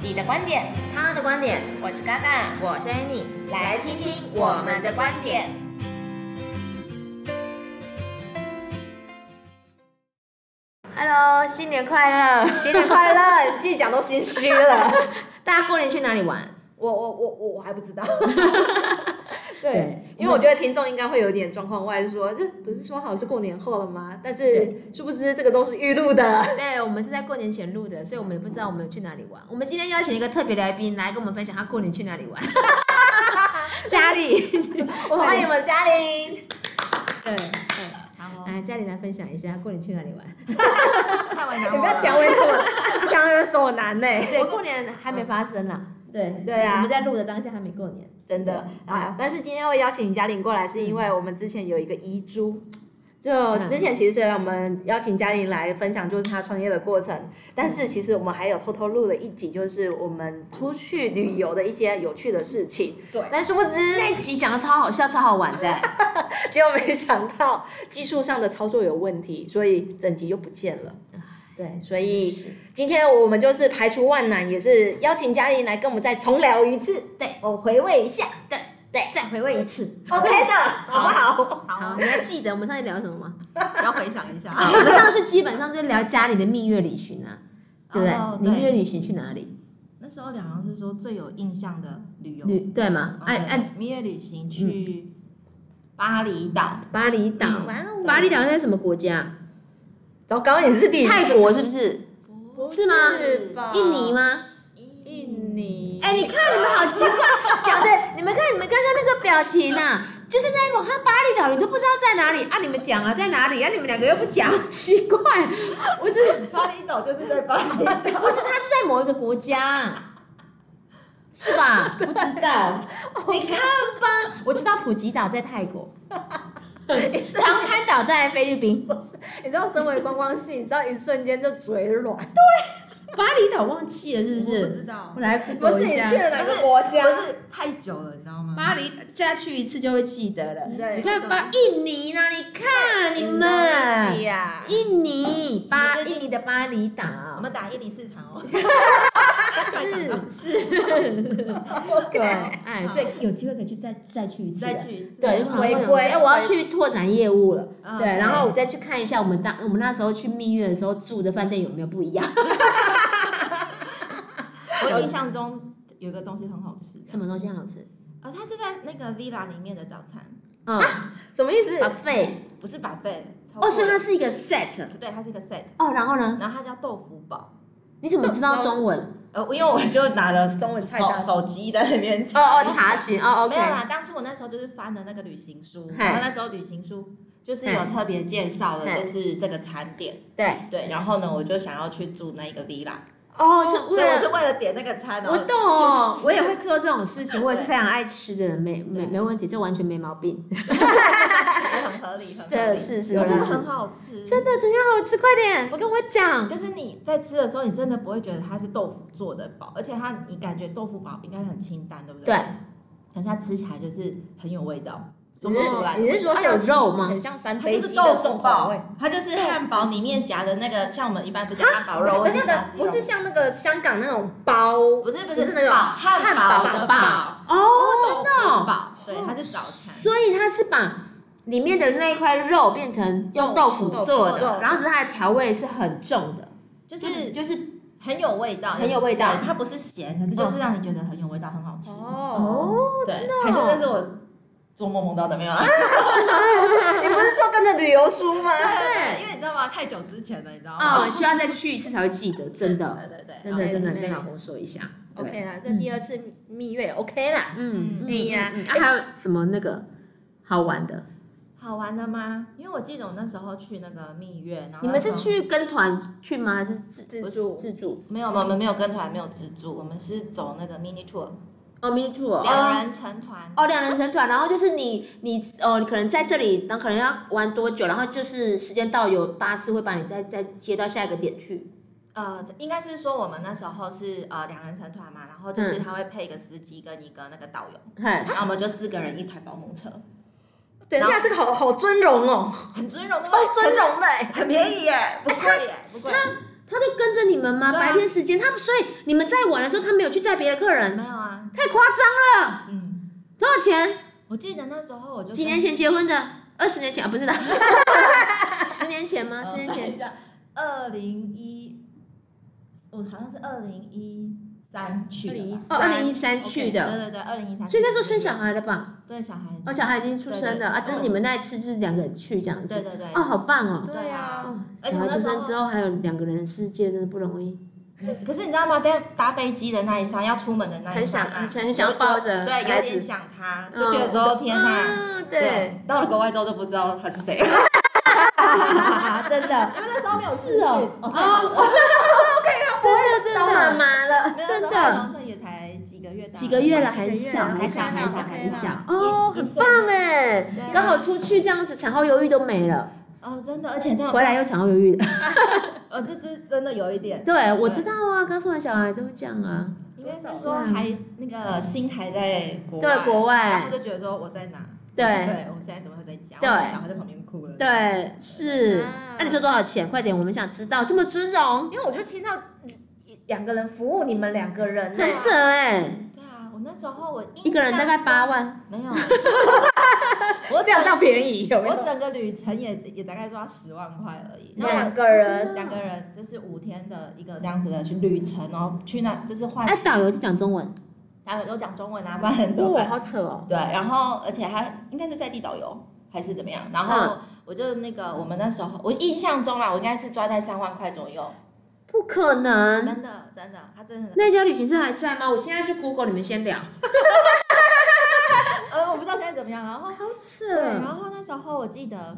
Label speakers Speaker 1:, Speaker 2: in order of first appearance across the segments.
Speaker 1: 你的观点，
Speaker 2: 他的观点，
Speaker 1: 我是嘎嘎，
Speaker 2: 我是 Annie，
Speaker 1: 来听听我们的观点。
Speaker 2: Hello，新年快乐！
Speaker 1: 新年快乐！ 你自己讲都心虚了。
Speaker 2: 大家过年去哪里玩？
Speaker 1: 我我我我我还不知 道。对
Speaker 2: 对，
Speaker 1: 因为我觉得听众应该会有点状况外说，这不是说好是过年后了吗？但是
Speaker 2: 对
Speaker 1: 殊不知这个都是预录的。
Speaker 2: 对，我们是在过年前录的，所以我们也不知道我们去哪里玩。我们今天邀请一个特别来宾来跟我们分享他过年去哪里玩。
Speaker 1: 嘉玲， 我欢迎我们的嘉 玲。
Speaker 2: 对，对
Speaker 3: 好
Speaker 2: 来嘉玲来分享一下过年去哪里玩。
Speaker 3: 太晚
Speaker 1: 你
Speaker 3: 了，
Speaker 1: 不要抢我的手， 抢我的手难呢。
Speaker 2: 对，过年还没发生啦。对
Speaker 1: 对啊
Speaker 2: 我们在录的当下还没过年。
Speaker 1: 真的啊！但是今天会邀请嘉玲过来，是因为我们之前有一个遗珠。就之前其实我们邀请嘉玲来分享，就是她创业的过程，但是其实我们还有偷偷录了一集，就是我们出去旅游的一些有趣的事情。
Speaker 3: 对
Speaker 1: 但殊不知，
Speaker 2: 那一集讲的超好笑，超好玩的。
Speaker 1: 结果没想到技术上的操作有问题，所以整集又不见了。对，所以今天我们就是排除万难，也是邀请嘉玲来跟我们再重聊一次。
Speaker 2: 对，
Speaker 1: 我回味一下。
Speaker 2: 对
Speaker 1: 对
Speaker 2: 再回味一次。
Speaker 1: ，OK 的，好不好？
Speaker 2: 好，
Speaker 3: 好
Speaker 2: 你，还记得我们上次聊什么吗？
Speaker 3: 要回想一下。
Speaker 2: 啊， 我们上次基本上就聊家里的蜜月旅行啊，对不对？
Speaker 3: 哦
Speaker 2: 你蜜月旅行去哪里？
Speaker 3: 那时候两行是说最有印象的旅游，
Speaker 2: 旅对吗？哎哎，
Speaker 3: 按蜜月旅行去巴厘岛，
Speaker 2: 巴厘岛，
Speaker 3: 哇哦
Speaker 2: 巴厘岛在什么国家？
Speaker 1: 糟糕，你是第
Speaker 2: 泰国是不是？
Speaker 3: 不
Speaker 2: 是吗
Speaker 3: 吧
Speaker 2: 印尼？吗？
Speaker 3: 印尼。
Speaker 2: 哎，你看你们好奇怪，讲的，你们看你们刚刚那个表情啊， 就是那一种，看巴厘岛你都不知道在哪里啊？你们讲啊，在哪里啊？你们两个又不讲，奇怪，我只 是
Speaker 3: 巴厘岛就是在巴厘 岛，
Speaker 2: 不是他是在某一个国家。是吧？ 不知道，你看吧，我知道普吉岛在泰 国，长滩岛在菲律宾，
Speaker 1: 你知道，身为观光系，你知道一瞬间就嘴 软，
Speaker 2: 巴厘岛忘记了是
Speaker 3: 我
Speaker 2: 不
Speaker 3: 不
Speaker 2: 是？
Speaker 3: 知道
Speaker 2: 我，来
Speaker 1: 不
Speaker 2: Google
Speaker 1: 是
Speaker 2: 一
Speaker 1: 你
Speaker 2: 下
Speaker 1: 去，了哪个国家？
Speaker 3: 不是太久了，你知道吗？
Speaker 2: 巴厘再去一次就会记得了。
Speaker 1: 对
Speaker 2: 你看巴印尼啦，你看你们
Speaker 3: 呀，
Speaker 2: 印尼巴
Speaker 3: 我们最
Speaker 2: 印
Speaker 3: 近
Speaker 2: 尼的巴厘岛，
Speaker 3: 我们打印尼市 场哦。
Speaker 2: 啊是是， 对，哎，所以有机会可以去再再去一次啊。
Speaker 3: 再去一次
Speaker 2: 对，就可能会
Speaker 1: 回
Speaker 2: 想说
Speaker 1: 归
Speaker 2: 哎，我要去拓展业务了。
Speaker 3: 嗯
Speaker 2: 对，然后我再去看一下我们当我们那时候去蜜月的时候住的饭店有没有不一样？
Speaker 3: 我印象中有一个东西很好吃，
Speaker 2: 什么东西好吃？
Speaker 3: 呃，它是在那个 villa 里面的早餐，
Speaker 2: 嗯，
Speaker 1: 什么意思？
Speaker 2: 啊费
Speaker 3: 不是百费，超
Speaker 2: 哦，
Speaker 3: 贵
Speaker 2: 所以它是一个 set
Speaker 3: 对，它是一个 set，
Speaker 2: 哦，然后呢？
Speaker 3: 然后它叫豆腐堡。
Speaker 2: 你怎么知道中文？
Speaker 3: 呃，因为我就拿了
Speaker 1: 中文菜
Speaker 3: 手
Speaker 1: 单
Speaker 3: 手机在那边
Speaker 2: 哦
Speaker 3: 查
Speaker 2: 哦，查询哦，OK，
Speaker 3: 没有啦，当初我那时候就是翻的那个旅行书，
Speaker 2: 嗨
Speaker 3: 然后那时候旅行书就是有特别介绍了，
Speaker 2: 嗨
Speaker 3: 就是这个餐点，
Speaker 2: 对，
Speaker 3: 对，然后呢，我就想要去住那一个 villa，
Speaker 2: 哦，是
Speaker 3: 所以
Speaker 2: 为
Speaker 3: 我是
Speaker 2: 了。
Speaker 3: 为了点那个餐，然
Speaker 2: 我
Speaker 3: 后
Speaker 2: 懂，我也会做这种事情，我也是
Speaker 3: 对
Speaker 2: 非常爱吃的人，没没
Speaker 3: 对
Speaker 2: 没问题，这完全没毛病。
Speaker 3: 觉得很 合理，很合
Speaker 2: 这
Speaker 3: 理，
Speaker 2: 是是
Speaker 3: 可
Speaker 2: 是
Speaker 3: 是
Speaker 2: 是，
Speaker 3: 很好吃，
Speaker 2: 真的，真的好吃，快点跟我讲。
Speaker 3: 就是你在吃的时候，你真的不会觉得它是豆腐做的饱，而且它你感觉豆腐堡应该很清淡，对不对？
Speaker 2: 对，哦
Speaker 3: 对。可是它吃起来就是很有味道，说
Speaker 2: 你
Speaker 3: 不
Speaker 2: 是
Speaker 3: 出来。
Speaker 2: 你是说像肉吗？
Speaker 1: 很像三
Speaker 3: 它
Speaker 1: 杯
Speaker 3: 就
Speaker 1: 鸡
Speaker 3: 是豆
Speaker 1: 的
Speaker 3: 腐
Speaker 1: 重口味
Speaker 3: 堡。，它就是汉堡里面夹的那个，像我们一般不夹汉堡肉，或
Speaker 1: 可
Speaker 3: 者
Speaker 1: 是
Speaker 3: 夹
Speaker 1: 呢，
Speaker 3: 鸡肉
Speaker 1: 不是像那个香港那种包，
Speaker 3: 不是不
Speaker 1: 不
Speaker 3: 是
Speaker 1: 是那种
Speaker 3: 堡汉堡的堡，
Speaker 2: 哦，真的
Speaker 3: 豆腐
Speaker 2: 哦。嗯
Speaker 3: 堡，对，它是早餐。
Speaker 2: 所以它是把里面的那一块肉变成用豆腐
Speaker 3: 豆
Speaker 2: 做
Speaker 3: 腐做
Speaker 2: 的，
Speaker 3: 的
Speaker 2: 然后只是它的调味是很重的，
Speaker 3: 就
Speaker 2: 就是
Speaker 3: 是
Speaker 2: 就是
Speaker 3: 很有味道，
Speaker 2: 很有味道
Speaker 3: 对它不是咸，可是就是让你觉得很有味道，很好吃。
Speaker 1: 哦，
Speaker 2: 哦，
Speaker 3: 对，还是那是我做梦梦到的，没有啊？
Speaker 1: 你不是说跟着旅游书 吗？
Speaker 2: 对，
Speaker 3: 因为你知道吗？太久之前了，你知道吗？
Speaker 2: 哦，需要再去一次才会记得，真的，
Speaker 3: 对对对，
Speaker 2: 真的真的
Speaker 1: 对
Speaker 2: 跟老公说一下。对，
Speaker 1: OK 啦，啊这第二次蜜月 OK 啦。
Speaker 2: 嗯，
Speaker 3: 嗯
Speaker 2: 嗯
Speaker 1: 哎呀
Speaker 2: 嗯嗯啊还有什么那个好玩的？
Speaker 3: 好玩的吗？因为我记得我那时候去那个蜜月，然后
Speaker 2: 你们是
Speaker 3: 那时候
Speaker 2: 去跟团去吗？还是自
Speaker 1: 自助
Speaker 2: 自助？
Speaker 3: 没有？我们没有跟团，没有自助，我们是走那个 mini tour，
Speaker 2: 哦，mini tour，
Speaker 3: 两
Speaker 2: 哦
Speaker 3: 人成团。
Speaker 2: 哦，两人成团，然后就是你你哦，你可能在这里，然后可能要玩多久，然后就是时间到有巴士会把你再再接到下一个点去。
Speaker 3: 呃，应该是说我们那时候是呃两人成团嘛，然后
Speaker 2: 嗯
Speaker 3: 就是他会配一个司机跟一个那个导游，
Speaker 2: 嗨，
Speaker 3: 然后我们就四个人一台保姆车，
Speaker 1: 等一下，这个好好尊荣哦，
Speaker 3: 很尊荣，啊
Speaker 1: 超尊
Speaker 3: 可
Speaker 1: 荣的欸。
Speaker 3: 是很便宜耶，不贵耶，不贵。
Speaker 2: 哎他都跟着你们吗？
Speaker 3: 对啊
Speaker 2: 白天时间他所以你们在玩的时候，他没有去载别的客人，
Speaker 3: 没有啊，
Speaker 2: 太夸张。
Speaker 3: 嗯，
Speaker 2: 多少钱？
Speaker 3: 我记得那时候我就
Speaker 2: 几年前结婚的？二十年前啊， 不是的，十年前
Speaker 3: 呃
Speaker 2: 吗？十年前。
Speaker 3: 前，二零一，我好像是二零一三去的吧，
Speaker 2: 哦，二零一三
Speaker 3: OK，
Speaker 2: 去的，
Speaker 3: 对对对，二零一三，
Speaker 2: 所以那时候生小孩了吧？
Speaker 3: 对小孩，
Speaker 2: 哦，小孩已经出生
Speaker 3: 对对嗯
Speaker 2: 了啊，只是你们那一次就是两个人去这样
Speaker 3: 对
Speaker 2: 子，
Speaker 3: 对对，
Speaker 2: 哦，好棒哦！
Speaker 3: 对啊。
Speaker 2: 哦，
Speaker 3: 而且
Speaker 2: 小孩
Speaker 3: 我
Speaker 2: 出
Speaker 3: 那时候
Speaker 2: 生之后还有两个人的世界，真的不容易，
Speaker 3: 可是你知道吗？在搭飞机的那一刹，要出门的那一
Speaker 2: 很
Speaker 3: 刹
Speaker 2: 想
Speaker 3: 那，
Speaker 2: 很想很想要抱着
Speaker 3: 对，啊有
Speaker 2: 孩
Speaker 3: 点
Speaker 2: 子，
Speaker 3: 想他，
Speaker 2: 嗯
Speaker 3: 就觉得说天哪。
Speaker 2: 嗯，对，，
Speaker 3: 到了国外之后就不知道他是 谁，因为
Speaker 2: 真的，
Speaker 3: 那时候没有资
Speaker 2: 是
Speaker 3: 讯，
Speaker 2: 哦，哦，
Speaker 1: 真
Speaker 2: 当妈妈了，
Speaker 3: 没有
Speaker 2: 真
Speaker 3: 那时候好
Speaker 2: 的，
Speaker 3: 像也才几个月大，
Speaker 2: 几个月了，
Speaker 1: 几个
Speaker 2: 很
Speaker 1: 月
Speaker 2: 小，
Speaker 1: 了
Speaker 2: 很小，
Speaker 3: 还
Speaker 2: 很
Speaker 3: 小
Speaker 2: 小，
Speaker 3: 还
Speaker 2: 很
Speaker 3: 小
Speaker 2: 小，哦，
Speaker 3: 一
Speaker 2: 很
Speaker 3: 一岁
Speaker 2: 棒哎，
Speaker 3: 对啊
Speaker 2: 刚好出去这样子，产后忧郁都没了，
Speaker 3: 哦，真的，而且这
Speaker 1: 嗯
Speaker 3: 样，
Speaker 2: 回来又产后忧 郁了。
Speaker 3: 呃，这只真的有一点，
Speaker 2: 对，我知道啊，刚生完小孩就会这样啊，
Speaker 3: 应该是说还那个心还在
Speaker 1: 嗯
Speaker 3: 国
Speaker 2: 嗯对，国
Speaker 3: 然后
Speaker 2: 外，
Speaker 3: 就觉得说我在哪，
Speaker 2: 对
Speaker 3: 对我现在怎么会在家，
Speaker 2: 对
Speaker 3: 我的小孩在旁边哭了，
Speaker 2: 对，是。那、你
Speaker 1: 啊
Speaker 2: 说多少钱？快点，我们想知道，这么尊荣，
Speaker 1: 因为我就听到一两个人服务你们两个人啊呢，
Speaker 2: 很扯哎、
Speaker 3: 对啊，我那时候我
Speaker 2: 一个人大概八，万，
Speaker 3: 没 有，
Speaker 1: 我这样叫便宜有没
Speaker 3: 我
Speaker 1: 有？
Speaker 3: 整个旅程也也大概抓十万块而已。那
Speaker 1: 两
Speaker 3: 我
Speaker 1: 个人，
Speaker 3: 两个人就是五天的一个这样子的去旅程哦，去那就是换
Speaker 2: 哎、，导游就讲中文，
Speaker 3: 然后有讲中文啊，不然怎么
Speaker 2: 哇、
Speaker 3: 办？
Speaker 2: 好扯哦，
Speaker 3: 对，然后而且他应该是在地导游还是怎么样？然
Speaker 2: 嗯
Speaker 3: 后我就那个我们那时候我印象中啦，我应该是抓在三万块左右，
Speaker 2: 不可能。
Speaker 3: 真的真的，他真的，
Speaker 2: 那家旅行社还在吗？我现在就 Google，你们先聊。
Speaker 3: 呃，我不知道现在怎么样。然后
Speaker 2: 好扯
Speaker 3: 对，
Speaker 1: 哦
Speaker 3: 然后那时候我记得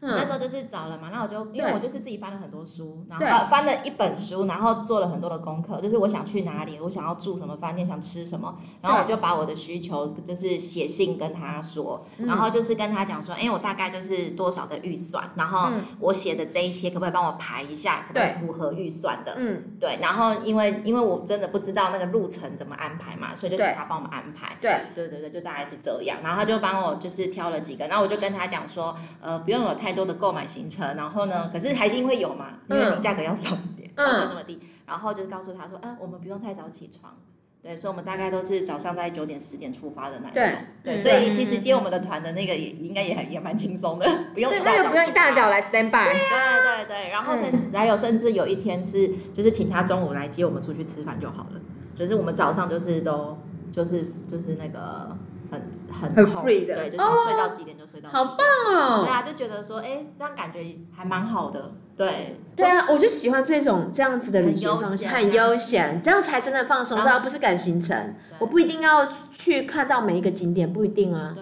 Speaker 3: 那
Speaker 2: 嗯，
Speaker 3: 时候就是找了嘛，那我就因为
Speaker 2: 对
Speaker 3: 我就是自己翻了很多书，然后
Speaker 2: 对
Speaker 3: 呃翻了一本书，然后做了很多的功课，就是我想去哪里，我想要住什么饭店，想吃什么，然后我就把我的需求就是写信跟他说，
Speaker 2: 嗯
Speaker 3: 然后就是跟他讲说，哎、我大概就是多少的预算，然后
Speaker 2: 嗯
Speaker 3: 我写的这一些可不可以帮我排一下，可不可以
Speaker 2: 对
Speaker 3: 符合预算的？
Speaker 2: 嗯，
Speaker 3: 对，然后因为因为我真的不知道那个路程怎么安排嘛，所以就请
Speaker 2: 对
Speaker 3: 他帮我们安排。
Speaker 2: 对，
Speaker 3: 对对对，就大概是这样。然后他就帮我就是挑了几个，然后我就跟他讲说，呃，不用有太多的购买行程，然后呢，可是还一定会有嘛，因为你价格要少一点，
Speaker 2: 嗯
Speaker 3: 不会那么低。然后就告诉他说，嗯、我们不用太早起床。对，所以我们大概都是早上在九点十点出发的那一种。
Speaker 2: 对
Speaker 3: 对，
Speaker 2: 嗯
Speaker 3: 所以其实接我们的团的那个也应该也很也蛮轻松的，不用
Speaker 1: 对，
Speaker 3: 大
Speaker 1: 那
Speaker 3: 早
Speaker 1: 就不用一大
Speaker 3: 出发
Speaker 1: 早来 stand
Speaker 2: 啊
Speaker 1: by。
Speaker 3: 对对对，然后甚至还有甚至有一天是就是请他中午来接我们出去吃饭就好了，就是我们早上就是都就是就是那个很很
Speaker 1: 很
Speaker 3: 空
Speaker 1: free 的
Speaker 3: 对，就是想睡到几点就睡到几点。
Speaker 2: 好棒
Speaker 3: 对
Speaker 2: 哦。
Speaker 3: 啊，就觉得说哎，这样感觉还蛮好的，对
Speaker 2: 对啊，我就喜欢这种这样子的旅行方式，很
Speaker 3: 很悠闲
Speaker 2: 悠闲，啊嗯这样才真的放松
Speaker 3: 然后
Speaker 2: 到，不是赶行程。
Speaker 3: 对
Speaker 2: 我不一定要去看到每一个景点，不一定啊。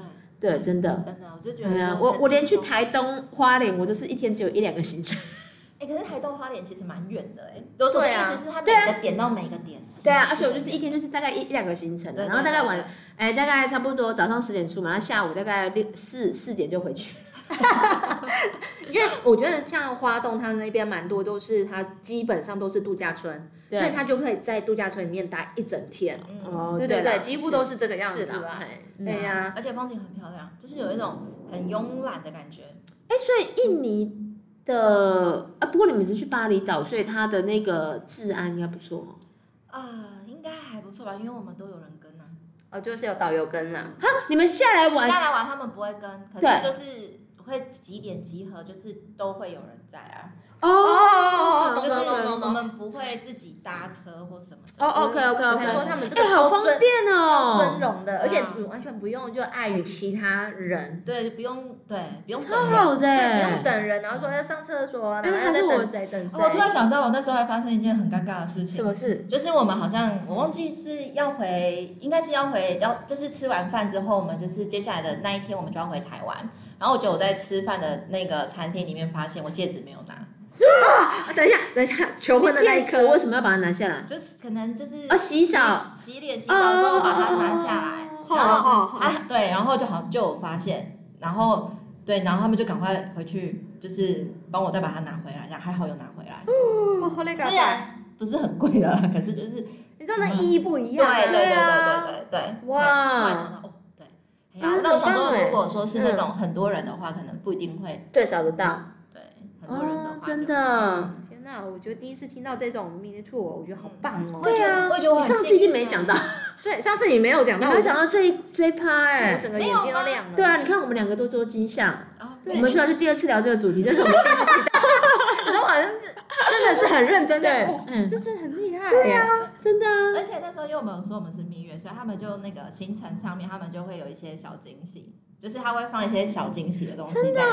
Speaker 3: 对
Speaker 2: 对，真的。
Speaker 3: 真的，我就觉得
Speaker 2: 对啊，
Speaker 3: 很
Speaker 2: 我我连去
Speaker 3: 轻松
Speaker 2: 台东花莲，我都是一天只有一两个行程。
Speaker 3: 哎，可是台东花莲其实蛮远的哎，我
Speaker 1: 对
Speaker 3: 我
Speaker 1: 啊
Speaker 3: 的意思是它
Speaker 2: 对啊
Speaker 3: 每个点到每个点，其实
Speaker 2: 对啊，而且我就是一天就是大概一一两个行程的，
Speaker 3: 对对
Speaker 2: 然后大概
Speaker 3: 对
Speaker 2: 晚，哎，大概差不多早上十点出门，然后下午大概六四四点就回去。
Speaker 1: 因为我觉得像花东，它那边蛮多都是它基本上都是度假村，所以
Speaker 2: 对，
Speaker 1: 它就可以在度假村里面待一整天。
Speaker 3: 嗯，
Speaker 2: 哦，
Speaker 1: 对
Speaker 2: 对
Speaker 1: 对
Speaker 2: 啦
Speaker 1: 对，几乎都是这个样
Speaker 2: 是
Speaker 1: 子
Speaker 2: 是啦。
Speaker 1: 啦。
Speaker 2: 嘿
Speaker 1: 对。
Speaker 2: 啊嗯
Speaker 1: 呀，
Speaker 3: 啊而且风景很漂亮，就是有一种很慵懒的感觉。
Speaker 2: 哎，所以印尼的啊，不过你们是去巴厘岛，所以它的那个治安应该不错哦。
Speaker 3: 啊、应该还不错吧，因为我们都有人跟啊。
Speaker 1: 哦，就是有导游跟啦。
Speaker 2: 哈，你们下来玩
Speaker 3: 下来玩他们不会跟，可
Speaker 2: 对
Speaker 3: 是就是会几点集合，就是都会有人在啊。
Speaker 1: 哦
Speaker 3: 就是
Speaker 1: 懂哦懂懂
Speaker 3: 我
Speaker 1: 懂
Speaker 3: 们不会自己搭车或什么的。
Speaker 2: 哦，OK，OK，OK
Speaker 1: 我才说他们这个
Speaker 2: 哎， 好
Speaker 1: 超
Speaker 2: 方
Speaker 1: 尊
Speaker 2: 便
Speaker 1: 超
Speaker 2: 哦
Speaker 1: 尊。荣的，
Speaker 3: 对啊
Speaker 1: 而且你完全不用就碍于其他人，
Speaker 3: 对，不用对，不用
Speaker 2: 超
Speaker 3: 等人。
Speaker 2: 好的
Speaker 1: 对，
Speaker 2: 欸，
Speaker 1: 不用等人，然后说要上厕所，啊
Speaker 2: 哎那
Speaker 1: 然后要
Speaker 2: 还是
Speaker 1: 再
Speaker 2: 我
Speaker 1: 等谁等谁。
Speaker 3: 哦，我突然想到，我那时候还发生一件很尴尬的事
Speaker 2: 什
Speaker 3: 情，
Speaker 2: 么事？
Speaker 3: 就是我们好像我忘记是要回，应该是要回，要就是吃完饭之后，我们就是接下来的那一天我们就要回台湾，然后我觉得我在吃饭的那个餐厅里面发现我戒指没有拿，
Speaker 1: 啊等一下，等一下，求婚的那
Speaker 2: 戒
Speaker 1: 一
Speaker 2: 指
Speaker 1: 刻，
Speaker 2: 为什么要把它拿下来？
Speaker 3: 就是可能就是
Speaker 2: 哦洗澡
Speaker 3: 洗洗脸、洗澡之后把它拿下来。
Speaker 1: 好好好好，
Speaker 3: 啊，对，然后就好像就有发现，然后对，然后他们就赶快回去，就是帮我再把它拿回来，这样还好有拿回来，
Speaker 1: 我好累，
Speaker 3: 虽然不是很贵的啦，可是就是
Speaker 1: 啊你知道那意义不一
Speaker 3: 对
Speaker 1: 样啊，
Speaker 3: 对对
Speaker 2: 对
Speaker 3: 对
Speaker 2: 啊
Speaker 3: 对对对，突然想
Speaker 2: 哇，
Speaker 3: 到哦，对，哎
Speaker 1: 啊
Speaker 3: 呀，那我想
Speaker 1: 很棒
Speaker 3: 说，
Speaker 1: 哎
Speaker 3: 如果说是那种很多人的话，可能不一定会
Speaker 2: 对，找得到。
Speaker 3: 对很多人的话
Speaker 2: 哦
Speaker 3: 就，
Speaker 2: 真的
Speaker 1: 天哪，我觉得第一次听到这种 mini tour，我觉得好
Speaker 2: 嗯
Speaker 1: 棒哦。
Speaker 3: 对啊，我也觉得我
Speaker 2: 你
Speaker 3: 很
Speaker 2: 上次
Speaker 3: 幸
Speaker 2: 一定
Speaker 3: 运
Speaker 2: 没
Speaker 3: 啊
Speaker 2: 讲到，
Speaker 1: 对，上次你没有讲
Speaker 2: 你
Speaker 1: 到，
Speaker 2: 没有
Speaker 1: 我
Speaker 2: 讲到这一这一趴
Speaker 1: 我
Speaker 2: 哎。
Speaker 1: 整个嗯眼睛都亮了。
Speaker 2: 对啊，你看我们两个都捉金像，
Speaker 3: 啊，
Speaker 2: 我
Speaker 3: 对
Speaker 2: 们虽然是第二次聊这个主题，但是我们第一次听到，
Speaker 1: 你知道好像是真的是很认真的，
Speaker 2: 对
Speaker 1: 哦
Speaker 2: 嗯
Speaker 1: 这真的很厉害。对啊，
Speaker 2: 真的啊，
Speaker 3: 而且那时候因为我们说我们是蜜月，所以他们就那个行程上面，他们就会有一些小惊喜，就是他会放一些小惊喜的东西在里面。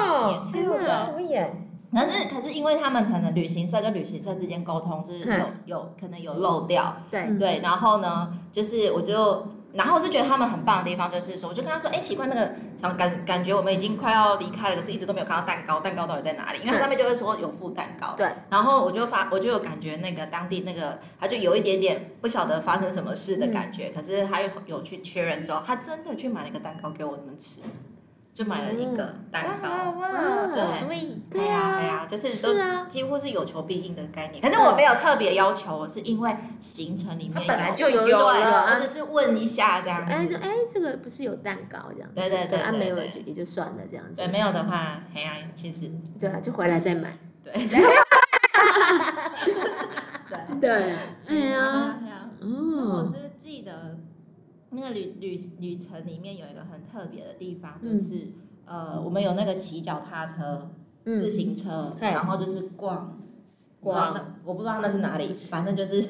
Speaker 1: 天
Speaker 2: 我说
Speaker 1: 哪，
Speaker 2: 么眼？
Speaker 3: 可是可是因为他们可能旅行社跟旅行社之间沟通就是有
Speaker 2: 嗯
Speaker 3: 有可能有漏掉，
Speaker 1: 对
Speaker 2: 嗯
Speaker 3: 对，啊然后呢，就是我就，然后我是觉得他们很棒的地方，就是说，我就跟他说，哎，奇怪，那个想感感觉我们已经快要离开了，可是一直都没有看到蛋糕，蛋糕到底在哪里？因为它上面就会说有附蛋糕，
Speaker 2: 对，
Speaker 3: 然后我就发，我就有感觉那个当地那个，他就有一点点不晓得发生什么事的感觉，可是他有有去确认之后，他真的去买了一个蛋糕给我们吃，就买了一个蛋
Speaker 1: 哇
Speaker 3: 糕，
Speaker 1: 哇
Speaker 2: 嗯
Speaker 1: 哇，
Speaker 3: 对
Speaker 1: so 啊 sweet。
Speaker 3: 对呀对呀，就是都
Speaker 2: 是啊，
Speaker 3: 几乎是有求必应的概
Speaker 2: 嗯
Speaker 3: 念。可是我没有特别要求，我是因为行程里面
Speaker 1: 它本来就
Speaker 2: 有
Speaker 3: 有
Speaker 2: 有
Speaker 3: 对
Speaker 2: 了
Speaker 3: 我只是问一下这样
Speaker 2: 哎就
Speaker 3: 子。
Speaker 2: 哎这个不是有蛋糕这样子？
Speaker 3: 对对对
Speaker 2: 啊
Speaker 3: 对
Speaker 2: 没有
Speaker 3: 对
Speaker 2: 就也就算了这样子
Speaker 3: 对，，没有的话，哎呀，其实
Speaker 2: 对啊就回来再买。
Speaker 3: 对对
Speaker 2: 啊对，哎呀，
Speaker 3: 哎呀，我
Speaker 2: 嗯，
Speaker 3: 是记得那个旅旅旅程里面有一个很特别的地方，就
Speaker 2: 嗯
Speaker 3: 是、呃，我们有那个骑脚踏车、
Speaker 2: 嗯
Speaker 3: 自行车，
Speaker 2: 对
Speaker 3: 然后就是逛
Speaker 2: 逛
Speaker 3: 那我不知道那是哪里，反正就是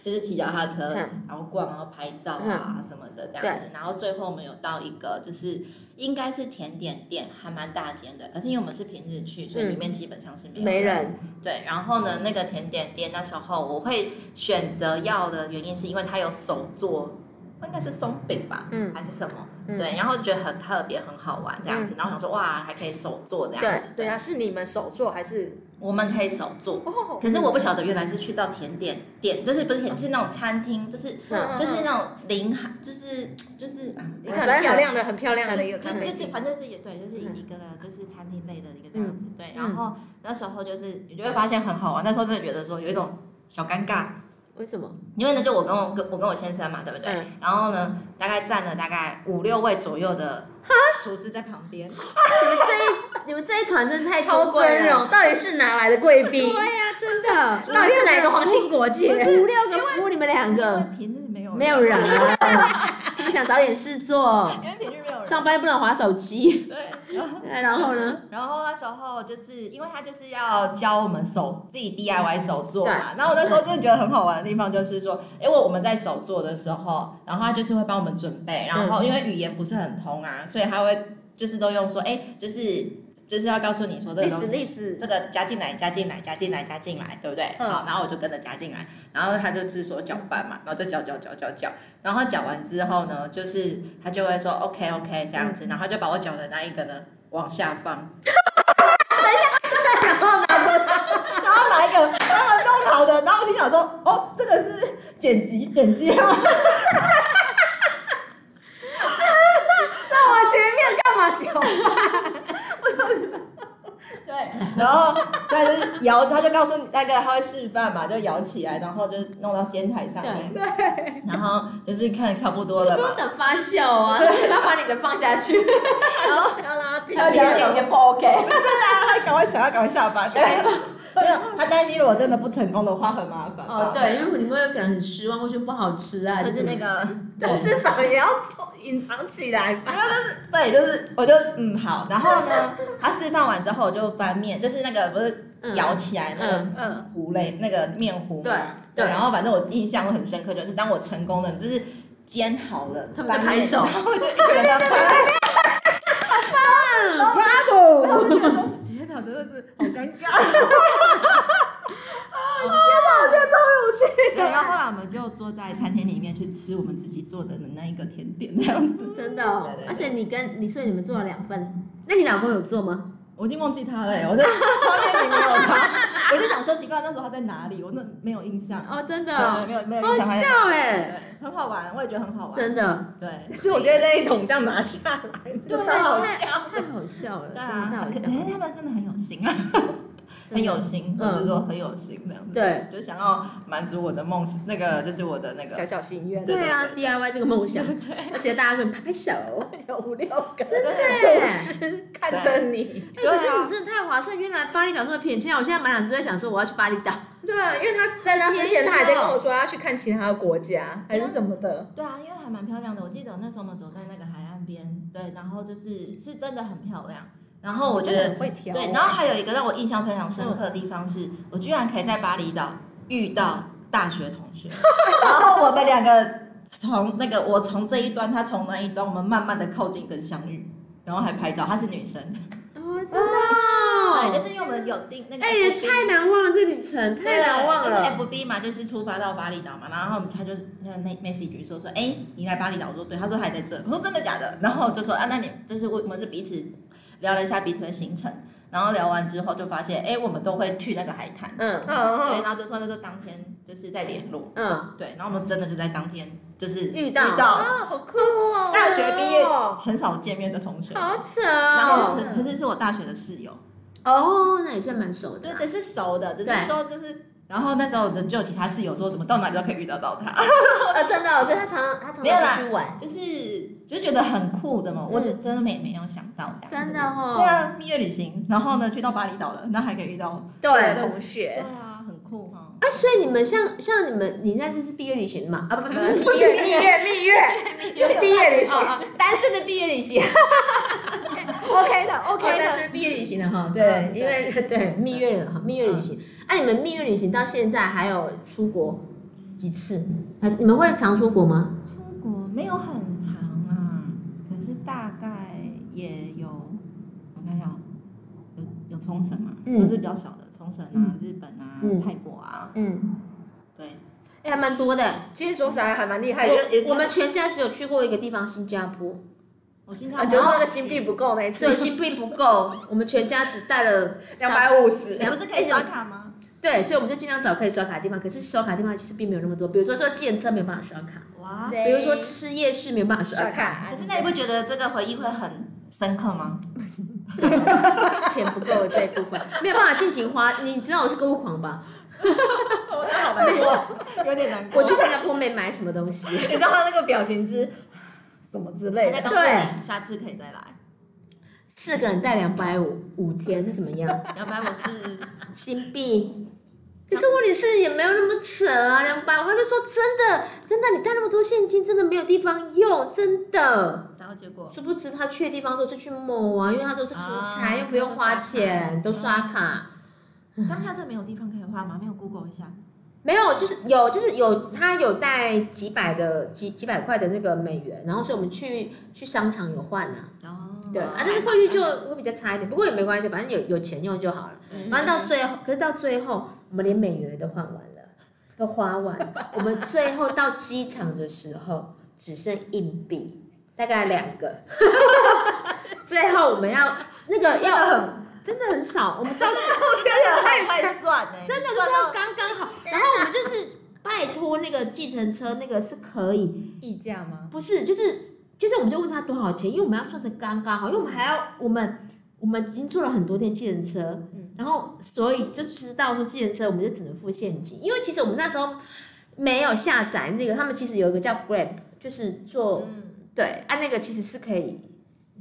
Speaker 3: 就是骑脚踏车，
Speaker 2: 嗯
Speaker 3: 然后逛，然后拍照啊什么的这样子。然后最后我们有到一个就是应该是甜点店，还蛮大间的，可是因为我们是平日去，所以
Speaker 2: 嗯
Speaker 3: 里面基本上是没有
Speaker 2: 没人，
Speaker 3: 对，然后呢，那个甜点店那时候我会选择要的原因是因为它有手做，应该是松饼吧，
Speaker 1: 嗯
Speaker 3: 还是什么？
Speaker 1: 嗯
Speaker 3: 对，然后就觉得很特别，很好玩这样子，然后想说哇，还可以手做这样子。
Speaker 1: 对啊，是你们手做还是？
Speaker 3: 我们可以手做。
Speaker 1: 哦，
Speaker 3: 可是我不晓得，原来是去到甜点店，就是不是甜，是那种餐厅，就是
Speaker 2: 嗯
Speaker 3: 就是那种临海，就是就是啊，
Speaker 1: 一个很漂亮的、很漂亮的一个
Speaker 3: 就
Speaker 1: 咖啡
Speaker 3: 就就
Speaker 1: 厅，
Speaker 3: 反正是也对，就是
Speaker 2: 嗯
Speaker 3: 一个就是餐厅类的一个这样子，对。然后那时候就是你就会发现很好玩，那时候真的觉得说有一种小尴尬，
Speaker 2: 为什么？
Speaker 3: 因为那就我跟我跟我跟我先生嘛，对不对？
Speaker 2: 嗯
Speaker 3: 然后呢，大概站了大概五六位左右的厨师在旁边，
Speaker 2: 你们这一你们这一团真的太
Speaker 1: 超
Speaker 2: 多贵
Speaker 1: 尊
Speaker 2: 了
Speaker 1: 荣，到底是哪来的贵宾？
Speaker 2: 呀，真 的，
Speaker 1: 到底是哪个皇亲国戚？
Speaker 2: 五六个服务你们两
Speaker 3: 因为
Speaker 2: 个，
Speaker 3: 平日没有
Speaker 2: 没有，人啊， 你们想找点事做，
Speaker 3: 因为平日没有人，
Speaker 2: 上班不能划手机，
Speaker 3: 对。然后
Speaker 2: 然后呢？
Speaker 3: 然后那时候就是因为他就是要教我们手自己 DIY 手做嘛，然后我那时候真的觉得很好玩的地方就是说，因为我们在手做的时候，然后他就是会帮我们准备，然后因为语言不是很通啊，所以他会就是都用说，哎，就是就是要告诉你说这个
Speaker 1: 历
Speaker 3: 东
Speaker 1: 史
Speaker 3: 西
Speaker 1: 历史
Speaker 3: 这，个加进来，加进来，加进来，加进来，对不对？
Speaker 1: 嗯
Speaker 3: 好，然后我就跟着加进来，然后他就是说搅拌嘛，然后就搅搅搅搅搅，然后搅完之后呢，就是他就会说 OK OK 这样子，然后他就把我搅的那一个呢往下放，
Speaker 2: 然后呢？
Speaker 3: 然后拿一个他们弄好的，然后我就想说哦，这个是剪辑剪辑吗？
Speaker 1: 那我前面干嘛 讲？
Speaker 3: 对，然后对，就是摇，他就告诉你那个他会示范嘛，就摇起来，然后就弄到煎台上面，对，然后就是看差不多了嘛，
Speaker 2: 等发酵啊，你要把你的放下去，然后
Speaker 1: 要拉低
Speaker 3: 要
Speaker 2: 明
Speaker 3: 讲
Speaker 2: 显有点不 OK。
Speaker 3: 他赶快想要赶快下班，对， 没有，他担心如果真的不成功的话很麻烦。
Speaker 2: 哦，对，因为你们有可能很失望，或者不好吃啊，
Speaker 3: 可是那个，
Speaker 2: 对
Speaker 1: 至少也要做隐藏起来吧。
Speaker 3: 对，就是我就嗯好，然后呢，他示范完之后我就翻面，就是那个不
Speaker 2: 嗯
Speaker 3: 是摇起来那个
Speaker 1: 嗯，
Speaker 3: 糊类、那个面糊
Speaker 2: 对
Speaker 3: 嘛，
Speaker 2: 对
Speaker 3: 然后反正我印象很深刻，就是当我成功了，就是煎好了，
Speaker 2: 他们就
Speaker 3: 翻面
Speaker 2: 拍手
Speaker 3: 然后我就一个人在拍。
Speaker 2: ，Bravo！
Speaker 3: 天哪，真的是好尴尬。对，然后后来我们就坐在餐厅里面去吃我们自己做的那一个甜点，这样子。
Speaker 2: 真的哦
Speaker 3: 对对，对
Speaker 2: 而且你跟你所以你们做了两份，那你老公有做吗？
Speaker 3: 我已经忘记他了、欸，我在画面里没有 他，我就想说奇怪，那时候他在哪里？我那没有印象。
Speaker 2: 哦，真的
Speaker 3: 对，
Speaker 2: 哦，
Speaker 3: 没有没有
Speaker 2: 好
Speaker 3: 印象。他在
Speaker 2: 笑哎，
Speaker 3: 对，很好玩，我也觉得很好玩。
Speaker 2: 真的，
Speaker 3: 对，
Speaker 1: 是我觉得那一桶这样拿下来，
Speaker 3: 真的好
Speaker 2: 太
Speaker 3: 笑。
Speaker 2: 太好笑了，
Speaker 3: 对
Speaker 2: 真的太
Speaker 3: 啊，
Speaker 2: 好
Speaker 3: 可
Speaker 2: 笑
Speaker 3: 可
Speaker 2: 了，
Speaker 3: 是他们真的很有心啊，
Speaker 2: 真
Speaker 3: 很
Speaker 2: 的
Speaker 3: 有心，我是说很有心那样子。
Speaker 2: 对，
Speaker 3: 就想要满足我的梦，想，那个就是我的那
Speaker 1: 小
Speaker 3: 个。
Speaker 1: 小心愿，
Speaker 3: 对
Speaker 2: 对哎啊
Speaker 3: 对
Speaker 2: ，DIY 这个梦 想，
Speaker 3: 对，
Speaker 2: 而且大家可以拍哦拍手，
Speaker 1: 有无聊感，
Speaker 2: 真的耶。
Speaker 1: 就是看着你。
Speaker 2: 哎、可是
Speaker 3: 对啊
Speaker 2: 你真的太划算，原来巴厘岛这么便宜，现在我现在满脑子在想说我要去巴厘岛，
Speaker 1: 对啊，因为他在那之前他还在跟我说他去看其他的国家还是什么的，
Speaker 3: 对啊，因为还蛮漂亮的。我记得那时候我们走在那个海岸边，对，然后就是是真的很漂亮。然后我觉
Speaker 1: 真的
Speaker 3: 得
Speaker 1: 很会挑。
Speaker 3: 对，然后还有一个让我印象非常深刻的地方是，我居然可以在巴厘岛遇到大学同学，然后我们两个从那个我从这一端，他从那一端，我们慢慢的靠近跟相遇，然后还拍照。她是女生，
Speaker 2: 哦，真
Speaker 3: 对，就
Speaker 2: 的，
Speaker 3: 是因为我们有订那个
Speaker 2: 哦哎、
Speaker 3: FB
Speaker 2: 太难忘了这旅程，太难忘
Speaker 3: 对啊
Speaker 2: 了。
Speaker 3: 就是 FB 嘛，就是出发到巴厘岛嘛，然后他就那那 message 说说，哎、你来巴厘岛？我说对，他说还在这，我说真的假的？然后就说啊，那你就是我我们就彼此聊了一下彼此的行程，然后聊完之后就发现，哎、我们都会去那个海滩，
Speaker 2: 嗯
Speaker 3: 对，
Speaker 1: 嗯，
Speaker 3: 然后就说那就当天就是在联络，
Speaker 2: 嗯，
Speaker 3: 对，然后我们真的就在当天就是
Speaker 2: 遇到
Speaker 3: 遇到
Speaker 1: 啊，好酷哦！
Speaker 3: 大学毕业很少见面的同学，
Speaker 2: 好扯
Speaker 3: 然
Speaker 2: 哦。
Speaker 3: 后可可是是我大学的室友。
Speaker 2: 哦，那也算蛮熟的
Speaker 3: 对
Speaker 2: 啦。
Speaker 3: 对，是熟的，只
Speaker 2: 对
Speaker 3: 是说就是，然后那时候我的就有其他室友说什么到哪里都可以遇得到他，
Speaker 2: 啊，真的，所以他常常他常
Speaker 3: 没有啦
Speaker 2: 常出去玩，
Speaker 3: 就是就觉得很酷的嘛，我只
Speaker 2: 嗯
Speaker 3: 真的没没有想到这样
Speaker 2: 真
Speaker 3: 子。
Speaker 2: 的哦。
Speaker 3: 对啊，蜜月旅行，然后呢去到巴厘岛了，那还可以遇到，
Speaker 1: 对
Speaker 3: 同
Speaker 1: 同学，
Speaker 3: 啊，很酷哈。
Speaker 2: 啊， 所以你们像像你们，你那次是毕业旅行嘛？啊，不不不，
Speaker 1: 蜜月蜜月蜜月是毕业旅行
Speaker 2: 哦哦单身的毕业旅行。
Speaker 1: ，OK 的
Speaker 2: 哦，
Speaker 1: OK
Speaker 2: 但
Speaker 1: 的，
Speaker 2: 是蜜月旅行了哈，对
Speaker 3: 嗯，对
Speaker 2: 因为对蜜月了，蜜月旅行。哎，你们蜜月旅行到现在还有出国几次？还你们会常出国吗？
Speaker 3: 出国没有很长啊，可是大概也有，我看一下哦，有有冲绳嘛，
Speaker 2: 嗯
Speaker 3: 就是比较小的冲绳啊
Speaker 2: 嗯、
Speaker 3: 日本啊
Speaker 2: 嗯、
Speaker 3: 泰国啊，
Speaker 2: 嗯，
Speaker 3: 对，
Speaker 2: 哎还蛮多的。
Speaker 1: 其实说实在还蛮厉害，就也
Speaker 2: 我
Speaker 1: 是
Speaker 2: 我们全家哎只有去过一个地方，新加 坡。
Speaker 3: 我新
Speaker 1: 啊，
Speaker 3: 加
Speaker 1: 就是
Speaker 3: 坡
Speaker 1: 那个新币不够那一次
Speaker 2: 对，，新币不够，我们全家只带了
Speaker 1: 两百五十，
Speaker 3: 你不是可以刷卡吗？
Speaker 2: 对，所以我们就尽量找可以刷卡的地方。可是刷卡的地方其实并没有那么多，比如说坐电车没有办法刷卡，
Speaker 3: 哇，
Speaker 2: 比如说吃夜市没有办法
Speaker 1: 啊
Speaker 2: 刷卡，
Speaker 3: 可是那你不觉得这个回忆会很深刻吗？
Speaker 2: 钱不够的这一部分没有办法尽情花。你知道我是购物狂吧？
Speaker 1: 我真的好难过，
Speaker 3: 有点难
Speaker 2: 我去新加坡没买什么东西。
Speaker 1: 你知道他那个表情是什么之类
Speaker 3: 还在
Speaker 1: 的，
Speaker 3: 告诉你，下次可以再来。
Speaker 2: 四个人带两百五五天是怎么样？
Speaker 3: 要不然我是
Speaker 2: 新币。可是问题是也没有那么扯啊，两百，他就说真的，真的，你带那么多现金，真的没有地方用，真的。
Speaker 3: 然后结果
Speaker 2: 殊不知他去的地方都是去某啊，因为他都是出差，
Speaker 3: 啊
Speaker 2: 又不用花钱，都
Speaker 3: 都刷
Speaker 2: 刷卡。
Speaker 3: 当下这没有地方可以花吗？没有 Google 一下？
Speaker 2: 没有，就是有，就是有，他有带几百的几几百块的那个美元，然后所以我们去去商场有换啊，
Speaker 3: 哦，
Speaker 2: 对啊，但是汇率就会比较差一点，不过也没关系，反正有有钱用就好了。反正
Speaker 1: 嗯
Speaker 2: 到最后，可是到最后，我们连美元都换完了，都花完了。 我们最后到机场的时候，只剩硬币，大概两 个。最后我们要那个要很真的很少，我们到
Speaker 3: 真的很会算呢，
Speaker 2: 真的就是
Speaker 3: 算
Speaker 2: 要
Speaker 3: 到
Speaker 2: 刚刚好。然后我们就是拜托那个计程车，那个是可以，
Speaker 1: 溢价吗？
Speaker 2: 不是就是就是我们就问他多少钱，因为我们要算的刚刚好，因为我们还要我们我们已经坐了很多天计程车，
Speaker 1: 嗯
Speaker 2: 然后所以就知道说计程车我们就只能付现金，因为其实我们那时候没有下载那个，他们其实有一个叫 Grab，就是做、
Speaker 3: 嗯，
Speaker 2: 对啊那个其实是可以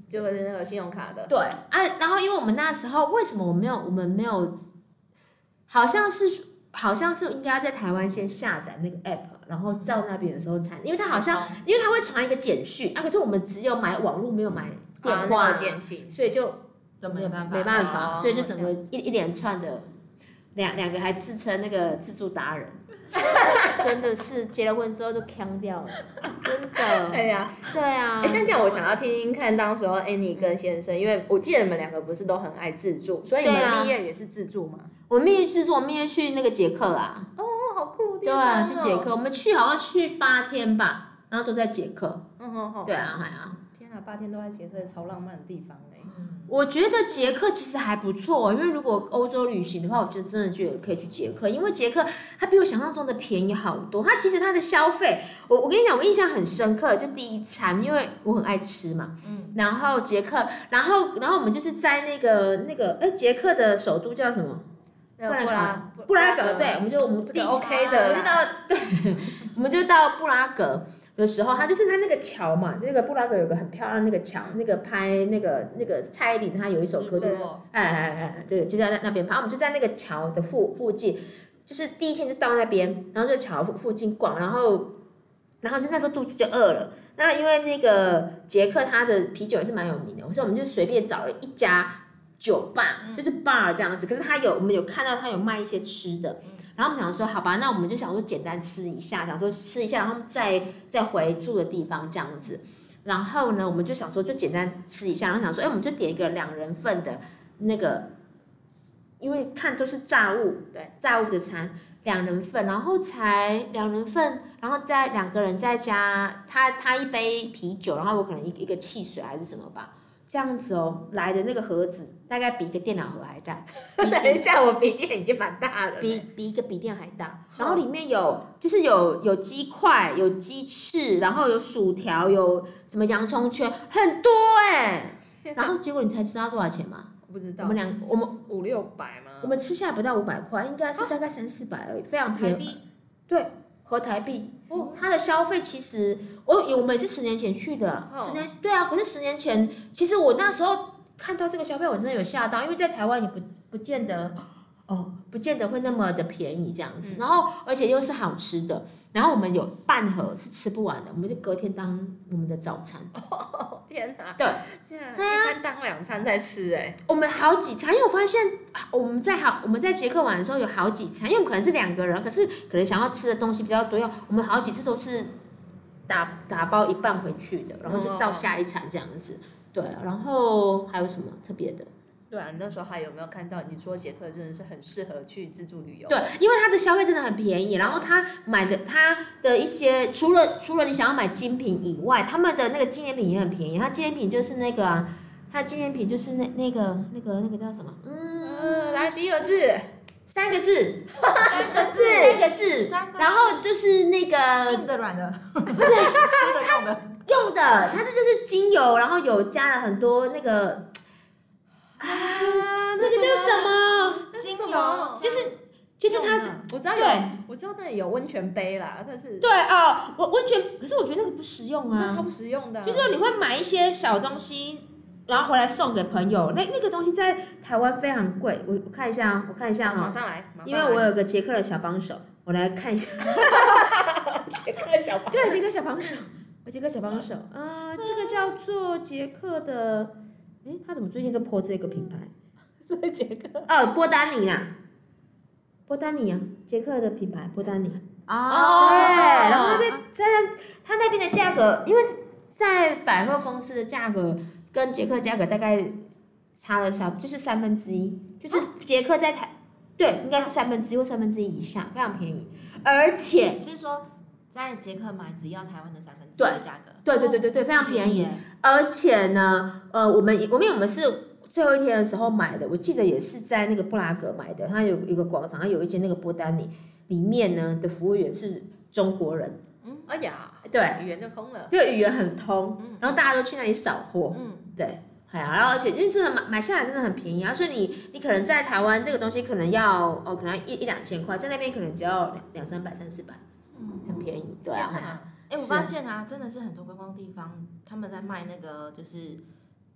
Speaker 1: 就是那个信用卡的，
Speaker 2: 对啊，然后因为我们那时候为什么我没有我们没有，好像是好像是应该在台湾先下载那个 app，然后到那边的时候才，因为它好像因为它会传一个简讯啊，可是我们只有买网络没有买啊
Speaker 1: 啊
Speaker 2: 电话，
Speaker 1: 信，
Speaker 2: 所以就
Speaker 3: 都没有办法，
Speaker 2: 没办法，
Speaker 1: 哦
Speaker 2: 所以就整个一一连串的两两个还自称那个自助达人。 真的是结了婚之后就腔掉了，真的，
Speaker 1: 哎呀，
Speaker 2: 对啊
Speaker 1: 哎、，但这样我想要听听看，当时候 Annie 跟先生，因为我记得你们两个不是都很爱自助，所以你
Speaker 2: 对啊
Speaker 1: 们毕业也是自助吗？
Speaker 2: 我蜜月是我蜜月去那个捷克啊，
Speaker 1: 哦，好酷！哦
Speaker 2: 对啊，去捷克，，我们去好像去八天吧，然后都在捷克。
Speaker 1: 嗯哼哼，
Speaker 2: 对啊，哎呀，
Speaker 1: 天哪，八天都在捷克，超浪漫的地方哎、
Speaker 3: 嗯
Speaker 2: 我觉得捷克其实还不错、因为如果欧洲旅行的话，我觉得真的就可以去捷克，因为捷克它比我想象中的便宜好多。它其实它的消费，我我跟你讲，我印象很深刻，就第一餐，因为我很爱吃嘛，
Speaker 3: 嗯，
Speaker 2: 然后捷克，然后然后我们就是在那个那个，哎，捷克的首都叫什么？
Speaker 1: 那
Speaker 2: 布兰
Speaker 1: 个布拉
Speaker 2: 布拉格，对，我们就我们
Speaker 1: 这
Speaker 2: 第
Speaker 1: 个
Speaker 2: 一
Speaker 1: OK
Speaker 2: 我
Speaker 1: 的
Speaker 2: 们就
Speaker 1: 啦，
Speaker 2: 到对，我们就到布拉格的时候，它就是它那个桥嘛，那个布拉格有个很漂亮那个桥，那个拍那个那个蔡依林她有一首歌
Speaker 1: 嗯
Speaker 2: 就是
Speaker 3: 果
Speaker 2: 哎哎哎哎，对，就在那那边，然后我们就在那个桥的附附近，就是第一天就到那边，然后就桥附附近逛，然后然后就那时候肚子就饿了。那因为那个捷克它的啤酒也是蛮有名的，所以我们就随便找了一家酒吧，就是 bar 这样子。可是它有我们有看到它有卖一些吃的，然后我们想说好吧，那我们就想说简单吃一下，想说吃一下，然后再再回住的地方这样子。然后呢，我们就想说就简单吃一下，然后想说哎，我们就点一个两人份的那个，因为看都是炸物，
Speaker 1: 对，
Speaker 2: 炸物的餐。两人份，然后才两人份，然后再两个人再加他他一杯啤酒，然后我可能一一个汽水还是什么吧，这样子哦，来的那个盒子大概比一个电脑盒还 大，
Speaker 1: 等一下我鼻垫已经蛮大了，
Speaker 2: 比比一个笔电还大，然后里面有就是有有鸡块，有鸡翅，然后有薯条，有什么洋葱圈，很多哎、然后结果你才知道多少钱吗？
Speaker 1: 我不知道，
Speaker 2: 我们两我们
Speaker 1: 五六百
Speaker 3: 嗯
Speaker 1: 吗？
Speaker 2: 我们吃下不到五百块，应该是大概三四百而已，非常
Speaker 3: 台
Speaker 2: 便宜，
Speaker 3: 币
Speaker 2: 合台币。嗯
Speaker 3: 哦，
Speaker 2: 它的消费其实，我有我们也是十年前去的，
Speaker 1: 哦
Speaker 2: 十年对啊，可是十年前，其实我那时候看到这个消费，我真的有吓到，因为在台湾你不不见得，哦，不见得会那么的便宜这样
Speaker 3: 嗯
Speaker 2: 子，然后而且又是好吃的，然后我们有半盒是吃不完的，我们就隔天当我们的早餐，
Speaker 1: 哦天哪，
Speaker 2: 对，
Speaker 1: 竟然一
Speaker 2: 对啊
Speaker 1: 餐当两餐在吃哎、
Speaker 2: 我们好几餐，因为我发现啊我们在好我们在捷克玩的时候有好几餐，因为我们可能是两个人，可是可能想要吃的东西比较多，要我们好几次都是打打包一半回去的，然后就到下一餐这样子。对，然后还有什么特别的？
Speaker 1: 对啊，那时候还有没有看到你说捷克真的是很适合去自助旅游？
Speaker 2: 对，因为它的消费真的很便宜，然后它买的它的一些除了除了你想要买精品以外，他们的那个纪念品也很便宜。它纪念品就是那个、啊，它纪念品就是那那个那个那个叫什么？嗯，
Speaker 1: 呃，来第二次，
Speaker 2: 三个字。
Speaker 3: 三个字，
Speaker 2: 三个字，
Speaker 3: 三个字
Speaker 2: 然后就是那个
Speaker 3: 硬的软的，不是吃的用的，
Speaker 2: 用的，它这就是精油，然后有加了很多那个
Speaker 1: 啊，
Speaker 2: 那个叫什么？
Speaker 3: 精
Speaker 1: 什么
Speaker 3: 油
Speaker 2: 就是就是它是
Speaker 3: 用
Speaker 1: 我知道有
Speaker 2: 对，
Speaker 1: 我知道那里有温泉杯啦，但是
Speaker 2: 对哦，我温泉，可是我觉得那个不实用
Speaker 1: 那
Speaker 2: 啊
Speaker 1: 超，不实用的啊、
Speaker 2: 就是说你会买一些小东西。然后回来送给朋友，那那个东西在台湾非常贵，我我看一下啊，我看一下
Speaker 1: 马
Speaker 2: 哈，
Speaker 1: 上来，马上
Speaker 2: 因为 我
Speaker 1: 来
Speaker 2: 有个捷克的小帮手，我来看一下，
Speaker 1: 捷克小白，
Speaker 2: 对，捷克小帮手，我捷克小帮手，啊，这个叫做捷克的，诶，他怎么最近都破这个品牌？
Speaker 1: 对捷克
Speaker 2: 哦，波丹尼啦，波丹尼啊，捷克的品牌波丹尼。
Speaker 3: 哦，
Speaker 2: 对，然后在在它那边的价格，因为在百货公司的价格跟捷克价格大概差了三，就是三分之一，就是捷克在台，对，应该是三分之一或三分之一以下，非常便宜，而且。
Speaker 3: 是说在捷克买只要台湾的三分之一
Speaker 2: 对
Speaker 3: 的价格，
Speaker 2: 对对对对对，非常便宜。
Speaker 3: 耶，
Speaker 2: 而且呢，呃，我们我们我们是最后一天的时候买的，我记得也是在那个布拉格买的，它有一个广场，它有一间那个波丹尼，里面呢的服务员是中国人，
Speaker 1: 哎呀，
Speaker 2: 对，
Speaker 1: 语言就通了。
Speaker 2: 对，语言很通，
Speaker 3: 嗯
Speaker 2: 然后大家都去那里扫货，
Speaker 3: 嗯，
Speaker 2: 对。哎呀，然后而且因为真的买买下来真的很便宜啊，所以你你可能在台湾这个东西可能要哦，可能要一一两千块，在那边可能只要两两三百、三四百，很便宜，对啊，哎呀
Speaker 1: 啊，
Speaker 3: 哎，我
Speaker 2: 是啊
Speaker 3: 发现啊，真嗯的是很多观光地方他们在卖那个就是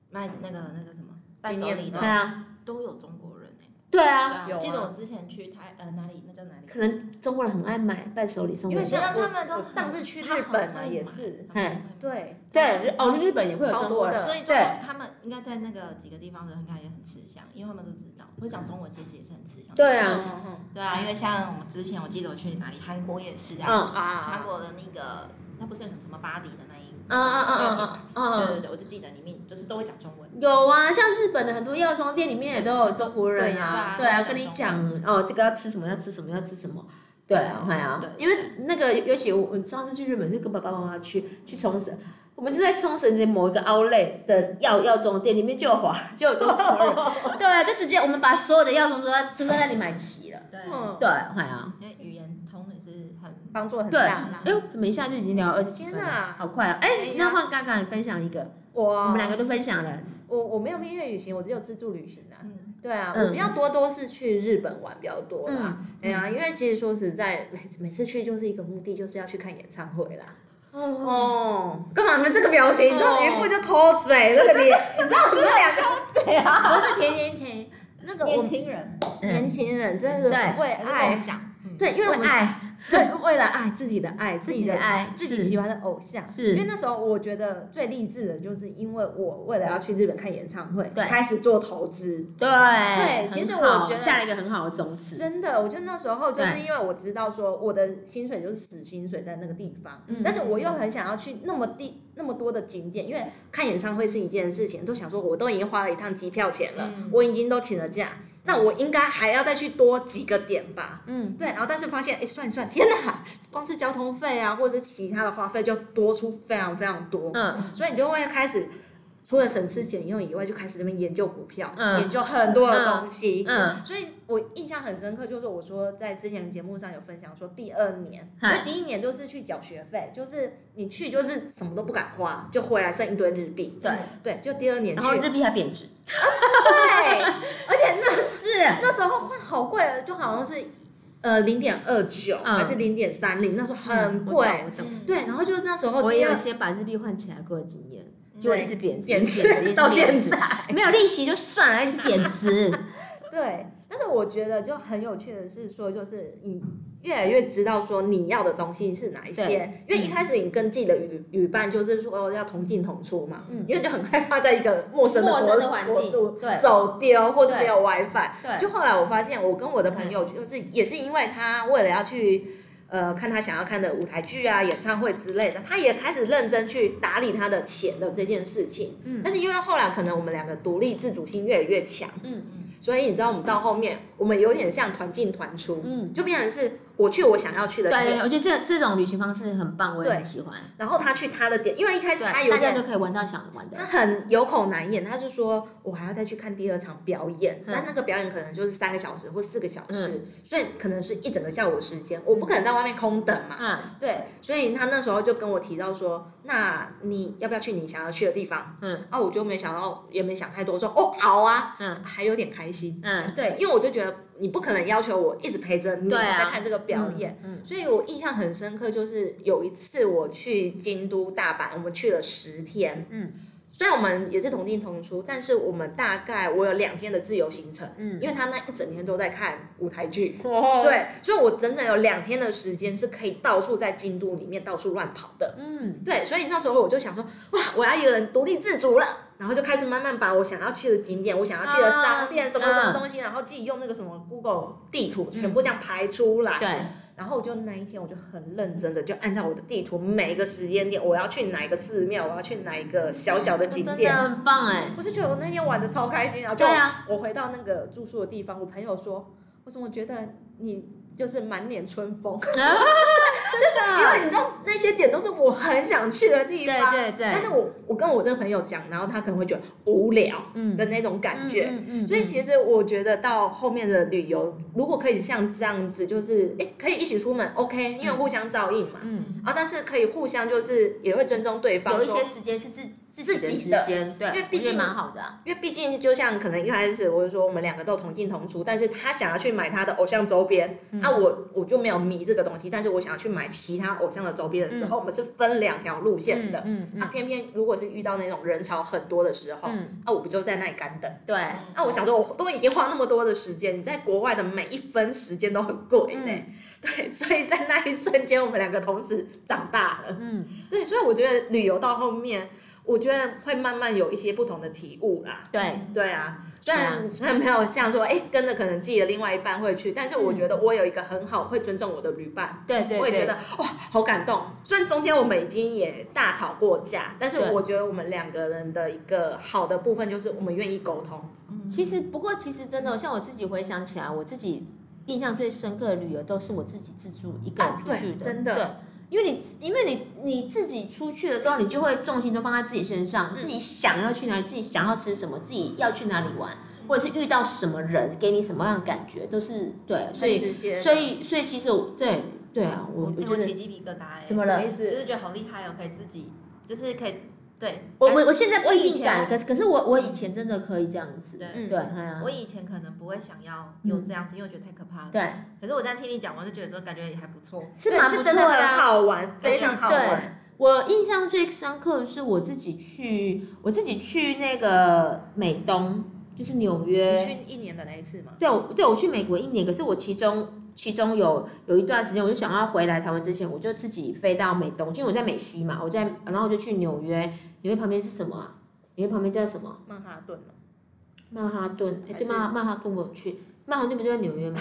Speaker 3: 卖那个那个什么伴手
Speaker 1: 纪
Speaker 3: 礼
Speaker 1: 念
Speaker 2: 对
Speaker 3: 的嗯
Speaker 2: 啊，
Speaker 3: 都有中国人哎，
Speaker 2: 对啊，
Speaker 3: 对
Speaker 1: 有啊
Speaker 3: 记得我之前去台呃哪里那叫哪里，
Speaker 2: 可能中国人很爱买伴手礼送
Speaker 3: 因
Speaker 2: 给人
Speaker 3: 为
Speaker 2: 家，
Speaker 3: 像
Speaker 1: 我
Speaker 3: 他们都
Speaker 1: 我上次去日本呢也是，
Speaker 2: 哎，
Speaker 1: 对，
Speaker 2: 对，哦，日本也会有中国人，
Speaker 1: 超多的
Speaker 3: 哦所以中
Speaker 2: 对
Speaker 3: 国他们应该在那个几个地方的人应该也很吃香，因为他们都知道会讲中文，其实也是很吃香。
Speaker 2: 对
Speaker 1: 嗯
Speaker 2: 啊，
Speaker 1: 嗯
Speaker 3: 对啊，因为像我之前我记得我去哪里，韩国也是啊，
Speaker 2: 嗯
Speaker 1: 嗯
Speaker 3: 韩
Speaker 1: 啊，
Speaker 3: 国的那个那不是有什么什么巴黎的那一
Speaker 2: 嗯嗯嗯嗯嗯
Speaker 3: 对
Speaker 2: 嗯，
Speaker 3: 对对，我就记得里面就是都会讲中文。
Speaker 2: 有啊，像日本的很多药妆店里面也都有中国人啊，对
Speaker 3: 对
Speaker 2: 啊，
Speaker 3: 啊
Speaker 2: 跟你讲哦，这个要吃什么，要吃什么，要吃什么。对啊，哎啊，
Speaker 3: 对
Speaker 2: 因为那个，尤其我我上次去日本是跟爸爸妈妈去去冲绳，我们就在冲绳的某一个 Outlet 的药药妆店里面就有华，就有中国人，对啊，就直接我们把所有的药妆都在都在那里买齐了，
Speaker 3: 对，
Speaker 1: 嗯，
Speaker 2: 对，哎呀，
Speaker 3: 因为语言通也是很
Speaker 1: 帮助很
Speaker 2: 对，
Speaker 1: 大。
Speaker 2: 哎呦，怎么一下就已经聊了二十几
Speaker 1: 天
Speaker 2: 分了？
Speaker 1: 哪，
Speaker 2: 好快啊！
Speaker 1: 哎
Speaker 2: 哎
Speaker 1: 呀，
Speaker 2: 那换嘎嘎你分享一个，
Speaker 1: 我
Speaker 2: 我们两个都分享了，
Speaker 1: 我我没有蜜月旅行，我只有自助旅行啊。
Speaker 3: 嗯
Speaker 1: 对啊，
Speaker 2: 嗯
Speaker 1: 我比较多都是去日本玩比较多啦。对啊，因为其实说实在，每每次去就是一个目的，就是要去看演唱会啦。哦，干嘛？你们这个表情，
Speaker 3: 哦
Speaker 1: 这种一副就偷嘴，这个脸，你知道什么两个？
Speaker 3: 对啊，
Speaker 1: 不是甜甜甜，那个我
Speaker 3: 年
Speaker 1: 们
Speaker 3: 轻人
Speaker 2: 嗯
Speaker 1: 年轻人真的是
Speaker 2: 对
Speaker 1: 为
Speaker 3: 爱
Speaker 1: 爱，
Speaker 3: 想，嗯，
Speaker 1: 对，因为我们
Speaker 2: 爱
Speaker 1: 对为了爱自己的爱，
Speaker 2: 自
Speaker 1: 自
Speaker 2: 己
Speaker 1: 己
Speaker 2: 的
Speaker 1: 的
Speaker 2: 爱，
Speaker 1: 自己
Speaker 2: 是
Speaker 1: 喜欢的偶像。
Speaker 2: 是
Speaker 1: 因为那时候我觉得最励志的，就是因为我为了要去日本看演唱会，
Speaker 2: 对
Speaker 1: 开始做投资。
Speaker 2: 对
Speaker 1: 对其实
Speaker 2: 很好
Speaker 1: 我觉得
Speaker 2: 下了一个很好的种子，
Speaker 1: 真的，我就那时候就是
Speaker 2: 嗯对
Speaker 1: 因为我知道说我的薪水就是死薪水在那个地方，
Speaker 2: 嗯
Speaker 1: 但是我又很想要去那么地那么多的景点，因为看演唱会是一件事情，都想说我都已经花了一趟机票钱了，
Speaker 3: 嗯
Speaker 1: 我已经都请了假，那我应该还要再去多几个点吧。
Speaker 2: 嗯，
Speaker 1: 对，然后但是发现，哎，算一算，天哪，光是交通费啊，或者是其他的花费，就多出非常非常多。
Speaker 2: 嗯，
Speaker 1: 所以你就会开始除了省吃俭用以外，就开始那边研究股票，
Speaker 2: 嗯
Speaker 1: 研究很多的东西。
Speaker 2: 嗯
Speaker 1: 所以我印象很深刻，就是我说在之前节目上有分享说，第二年，因
Speaker 2: 嗨
Speaker 1: 为第一年就是去缴学费，就是你去就是什么都不敢花，就回来剩一堆日币。
Speaker 2: 对，
Speaker 1: 对，就第二年去，
Speaker 2: 然后日币还贬 值，
Speaker 1: 对，而且那
Speaker 2: 是，
Speaker 1: 那时候换好贵了，就好像是呃零点二九
Speaker 2: 嗯
Speaker 1: 还是零点三零，那时候很
Speaker 2: 嗯
Speaker 1: 贵。
Speaker 2: 我懂，
Speaker 3: 嗯，
Speaker 1: 对，然后就那时候
Speaker 2: 我懂我也
Speaker 1: 第二
Speaker 2: 有先把日币换起来过的经验，
Speaker 3: 嗯
Speaker 2: 结果一直贬值，
Speaker 1: 贬
Speaker 2: 一直贬值一
Speaker 1: 值
Speaker 2: 直
Speaker 1: 到现
Speaker 2: 贬值
Speaker 1: 在。
Speaker 2: 没有利息就算了，一直贬值，
Speaker 1: 对，但是我觉得就很有趣的是说，就是你越来越知道说你要的东西是哪一些，因为
Speaker 2: 嗯
Speaker 1: 一开始你跟自己的旅旅伴就是说要同进同出嘛，
Speaker 2: 嗯
Speaker 1: 因为就很害怕在一个 陌生的
Speaker 2: 陌生的
Speaker 1: 国
Speaker 2: 环
Speaker 1: 国
Speaker 2: 境
Speaker 1: 度，
Speaker 2: 对
Speaker 1: 走丢或者
Speaker 2: 对
Speaker 1: 没有 WiFi。
Speaker 2: 对嗯
Speaker 1: 就后来我发现，我跟我的朋友就是也是因为他为了要去。呃，看他想要看的舞台剧啊、演唱会之类的，他也开始认真去打理他的钱的这件事情。
Speaker 2: 嗯
Speaker 1: 但是因为后来可能我们两个独立自主性越来越强，
Speaker 2: 嗯
Speaker 1: 所以你知道，我们到后面，我们有点像团进团出，
Speaker 2: 嗯，
Speaker 1: 就变成是我去我想要去的
Speaker 2: 对对，
Speaker 1: 点，
Speaker 2: 我觉得这这种旅行方式很棒，我也
Speaker 1: 对
Speaker 2: 很喜欢，
Speaker 1: 然后他去他的点，因为一开
Speaker 2: 对，
Speaker 1: 始他有
Speaker 2: 大家都
Speaker 1: 点，
Speaker 2: 可以玩到想玩
Speaker 1: 他
Speaker 2: 的，
Speaker 1: 很有口难言，他就说我还要再去看第二场表演，
Speaker 2: 嗯
Speaker 1: 但那个表演可能就是三个小时或四个小时，所以可能是一整个下午的时间，我不可能在外面空等嘛，
Speaker 2: 嗯
Speaker 1: 对，所以他那时候就跟我提到说，那你要不要去你想要去的地方？
Speaker 2: 嗯
Speaker 1: 啊，我就没想到，也没想太多，我说哦好啊，
Speaker 2: 嗯
Speaker 1: 还有点开心。
Speaker 2: 嗯，
Speaker 1: 对，因为我就觉得你不可能要求我一直陪着你
Speaker 2: 对啊
Speaker 1: 在看这个表演，
Speaker 2: 嗯，
Speaker 1: 所以我印象很深刻，就是有一次我去京都、大阪，我们去了十天，
Speaker 2: 嗯，
Speaker 1: 虽然我们也是同进同出，但是我们大概我有两天的自由行程，
Speaker 2: 嗯
Speaker 1: 因为他那一整天都在看舞台剧，
Speaker 2: 哦，
Speaker 1: 对，所以我整整有两天的时间是可以到处在京都里面到处乱跑的，
Speaker 2: 嗯
Speaker 1: 对，所以那时候我就想说，哇，我要一个人独立自主了，然后就开始慢慢把我想要去的景点、我想要去的商店、
Speaker 2: 啊
Speaker 1: 什么什么东西，然后自己用那个什么 Google 地图全部这样排出来。
Speaker 2: 嗯对，
Speaker 1: 然后我就那一天我就很认真的就按照我的地图，每一个时间点我要去哪一个寺庙，我要去哪一个小小的
Speaker 2: 哦真
Speaker 1: 景
Speaker 2: 的
Speaker 1: 点。啊
Speaker 2: 很棒 哎，
Speaker 1: 我就觉得我那天玩的超开心，然后就
Speaker 2: 对啊，
Speaker 1: 我回到那个住宿的地方，我朋友说，我怎么觉得你就是满脸春风？
Speaker 2: 啊
Speaker 1: 因
Speaker 2: 真
Speaker 1: 为你知道那些点都是我很想去的地方。
Speaker 2: 的，对对
Speaker 1: 但
Speaker 2: 对
Speaker 1: 是，我我跟我这个朋友讲，然后他可能会觉得无聊
Speaker 2: 嗯
Speaker 1: 的那种感觉。
Speaker 2: 嗯嗯，
Speaker 1: 所以
Speaker 2: 实
Speaker 1: 其实我觉得到后面的旅游，如果可以像这样子，就是诶可以一起出门，OK，因为互相照应嘛。
Speaker 2: 嗯，
Speaker 1: 啊，但是可以互相就是也会尊重对方，
Speaker 2: 有一些
Speaker 1: 说
Speaker 2: 时间是自自己
Speaker 1: 己
Speaker 2: 的
Speaker 1: 的
Speaker 2: 时
Speaker 1: 时
Speaker 2: 间，对，
Speaker 1: 因为毕
Speaker 2: 我觉得
Speaker 1: 竟
Speaker 2: 蛮好的啊，
Speaker 1: 因为毕竟就像可能一开始我就说我们两个都同进同出，但是他想要去买他的偶像周边，
Speaker 2: 嗯
Speaker 1: 啊我我就没有迷这个东西，但是我想要去买其他偶像的周边的时候，我们是分两条路线的。
Speaker 2: 嗯
Speaker 1: 啊，偏偏如果是遇到那种人潮很多的时候，
Speaker 2: 嗯，
Speaker 1: 啊，我不就在那里干等？
Speaker 2: 对，
Speaker 1: 啊，我想说，我都已经花那么多的时间，你在国外的每一分时间都很贵呢、
Speaker 2: 嗯
Speaker 1: 对， 所以在那一瞬间，我们两个同时长大了。
Speaker 2: 嗯，
Speaker 1: 对，所以我觉得旅游到后面，我觉得会慢慢有一些不同的体悟啦。
Speaker 2: 对，
Speaker 1: 对啊，虽
Speaker 2: 对
Speaker 1: 然虽然没有像说，哎，跟着可能自己的另外一半会去，但是我觉
Speaker 2: 嗯
Speaker 1: 得我有一个很好会尊重我的旅伴，
Speaker 2: 对对
Speaker 1: 我也觉
Speaker 2: 对
Speaker 1: 得，哇，好感动。虽然中间我们已经也大吵过架，但
Speaker 2: 对
Speaker 1: 是我觉得我们两个人的一个好的部分就是我们愿意沟通。
Speaker 3: 嗯
Speaker 2: 其实，不过其实真的，像我自己回想起来，我自己印象最深刻的旅游都是我自己自助一个人
Speaker 1: 啊
Speaker 2: 出
Speaker 1: 对
Speaker 2: 去的，
Speaker 1: 真的
Speaker 2: 对。因为你因为你你自己出去的时候，你就会重心都放在自己身上，
Speaker 1: 嗯
Speaker 2: 自己想要去哪里，自己想要吃什么，自己要去哪里玩，
Speaker 1: 嗯
Speaker 2: 或者是遇到什么人，给你什么样的感觉，都是对，所以
Speaker 1: 很直接的
Speaker 2: 所以所以其实我对对啊，我我
Speaker 3: 嗯我
Speaker 2: 觉
Speaker 3: 我
Speaker 2: 得
Speaker 3: 起鸡皮疙瘩哎，
Speaker 2: 怎么了
Speaker 1: 什么意思
Speaker 3: 就是觉得好厉害哦，可以自己，就是可以自，对
Speaker 2: 我
Speaker 3: 哎
Speaker 2: 我我现在不
Speaker 3: 我
Speaker 2: 一
Speaker 3: 以
Speaker 2: 定
Speaker 3: 前
Speaker 2: 敢，可是可是我我以前真的可以这样子，
Speaker 3: 对，
Speaker 2: 对，
Speaker 1: 嗯
Speaker 2: 对啊
Speaker 3: 我，以前可能不会想要有这样子，因为我觉得太可怕了。
Speaker 2: 嗯对，
Speaker 3: 可是我这样听你讲，我就觉得说感觉也还不错。
Speaker 2: 是
Speaker 1: 对
Speaker 2: 蛮
Speaker 1: 是
Speaker 2: 不错
Speaker 1: 真的
Speaker 2: 的
Speaker 1: 很
Speaker 2: 啊。
Speaker 1: 好玩，
Speaker 2: 自
Speaker 1: 非
Speaker 2: 己
Speaker 1: 常好
Speaker 2: 对
Speaker 1: 玩。
Speaker 2: 我印象最深刻的是我自己去，我自己去那个美东，就是纽约
Speaker 3: 你。去一年的那一次吗？
Speaker 2: 对，我对我去美国一年，可是我其中其中有有一段时间，我就想要回来台湾之前，我就自己飞到美东，因为我在美西嘛，我在，然后我就去纽约，纽约旁边是什么啊？纽约旁边叫什么？
Speaker 3: 曼哈顿哦
Speaker 2: 曼哈顿，哎，
Speaker 3: 还
Speaker 2: 对，
Speaker 3: 是
Speaker 2: 曼曼哈顿我有 去，曼哈顿不就在纽约吗？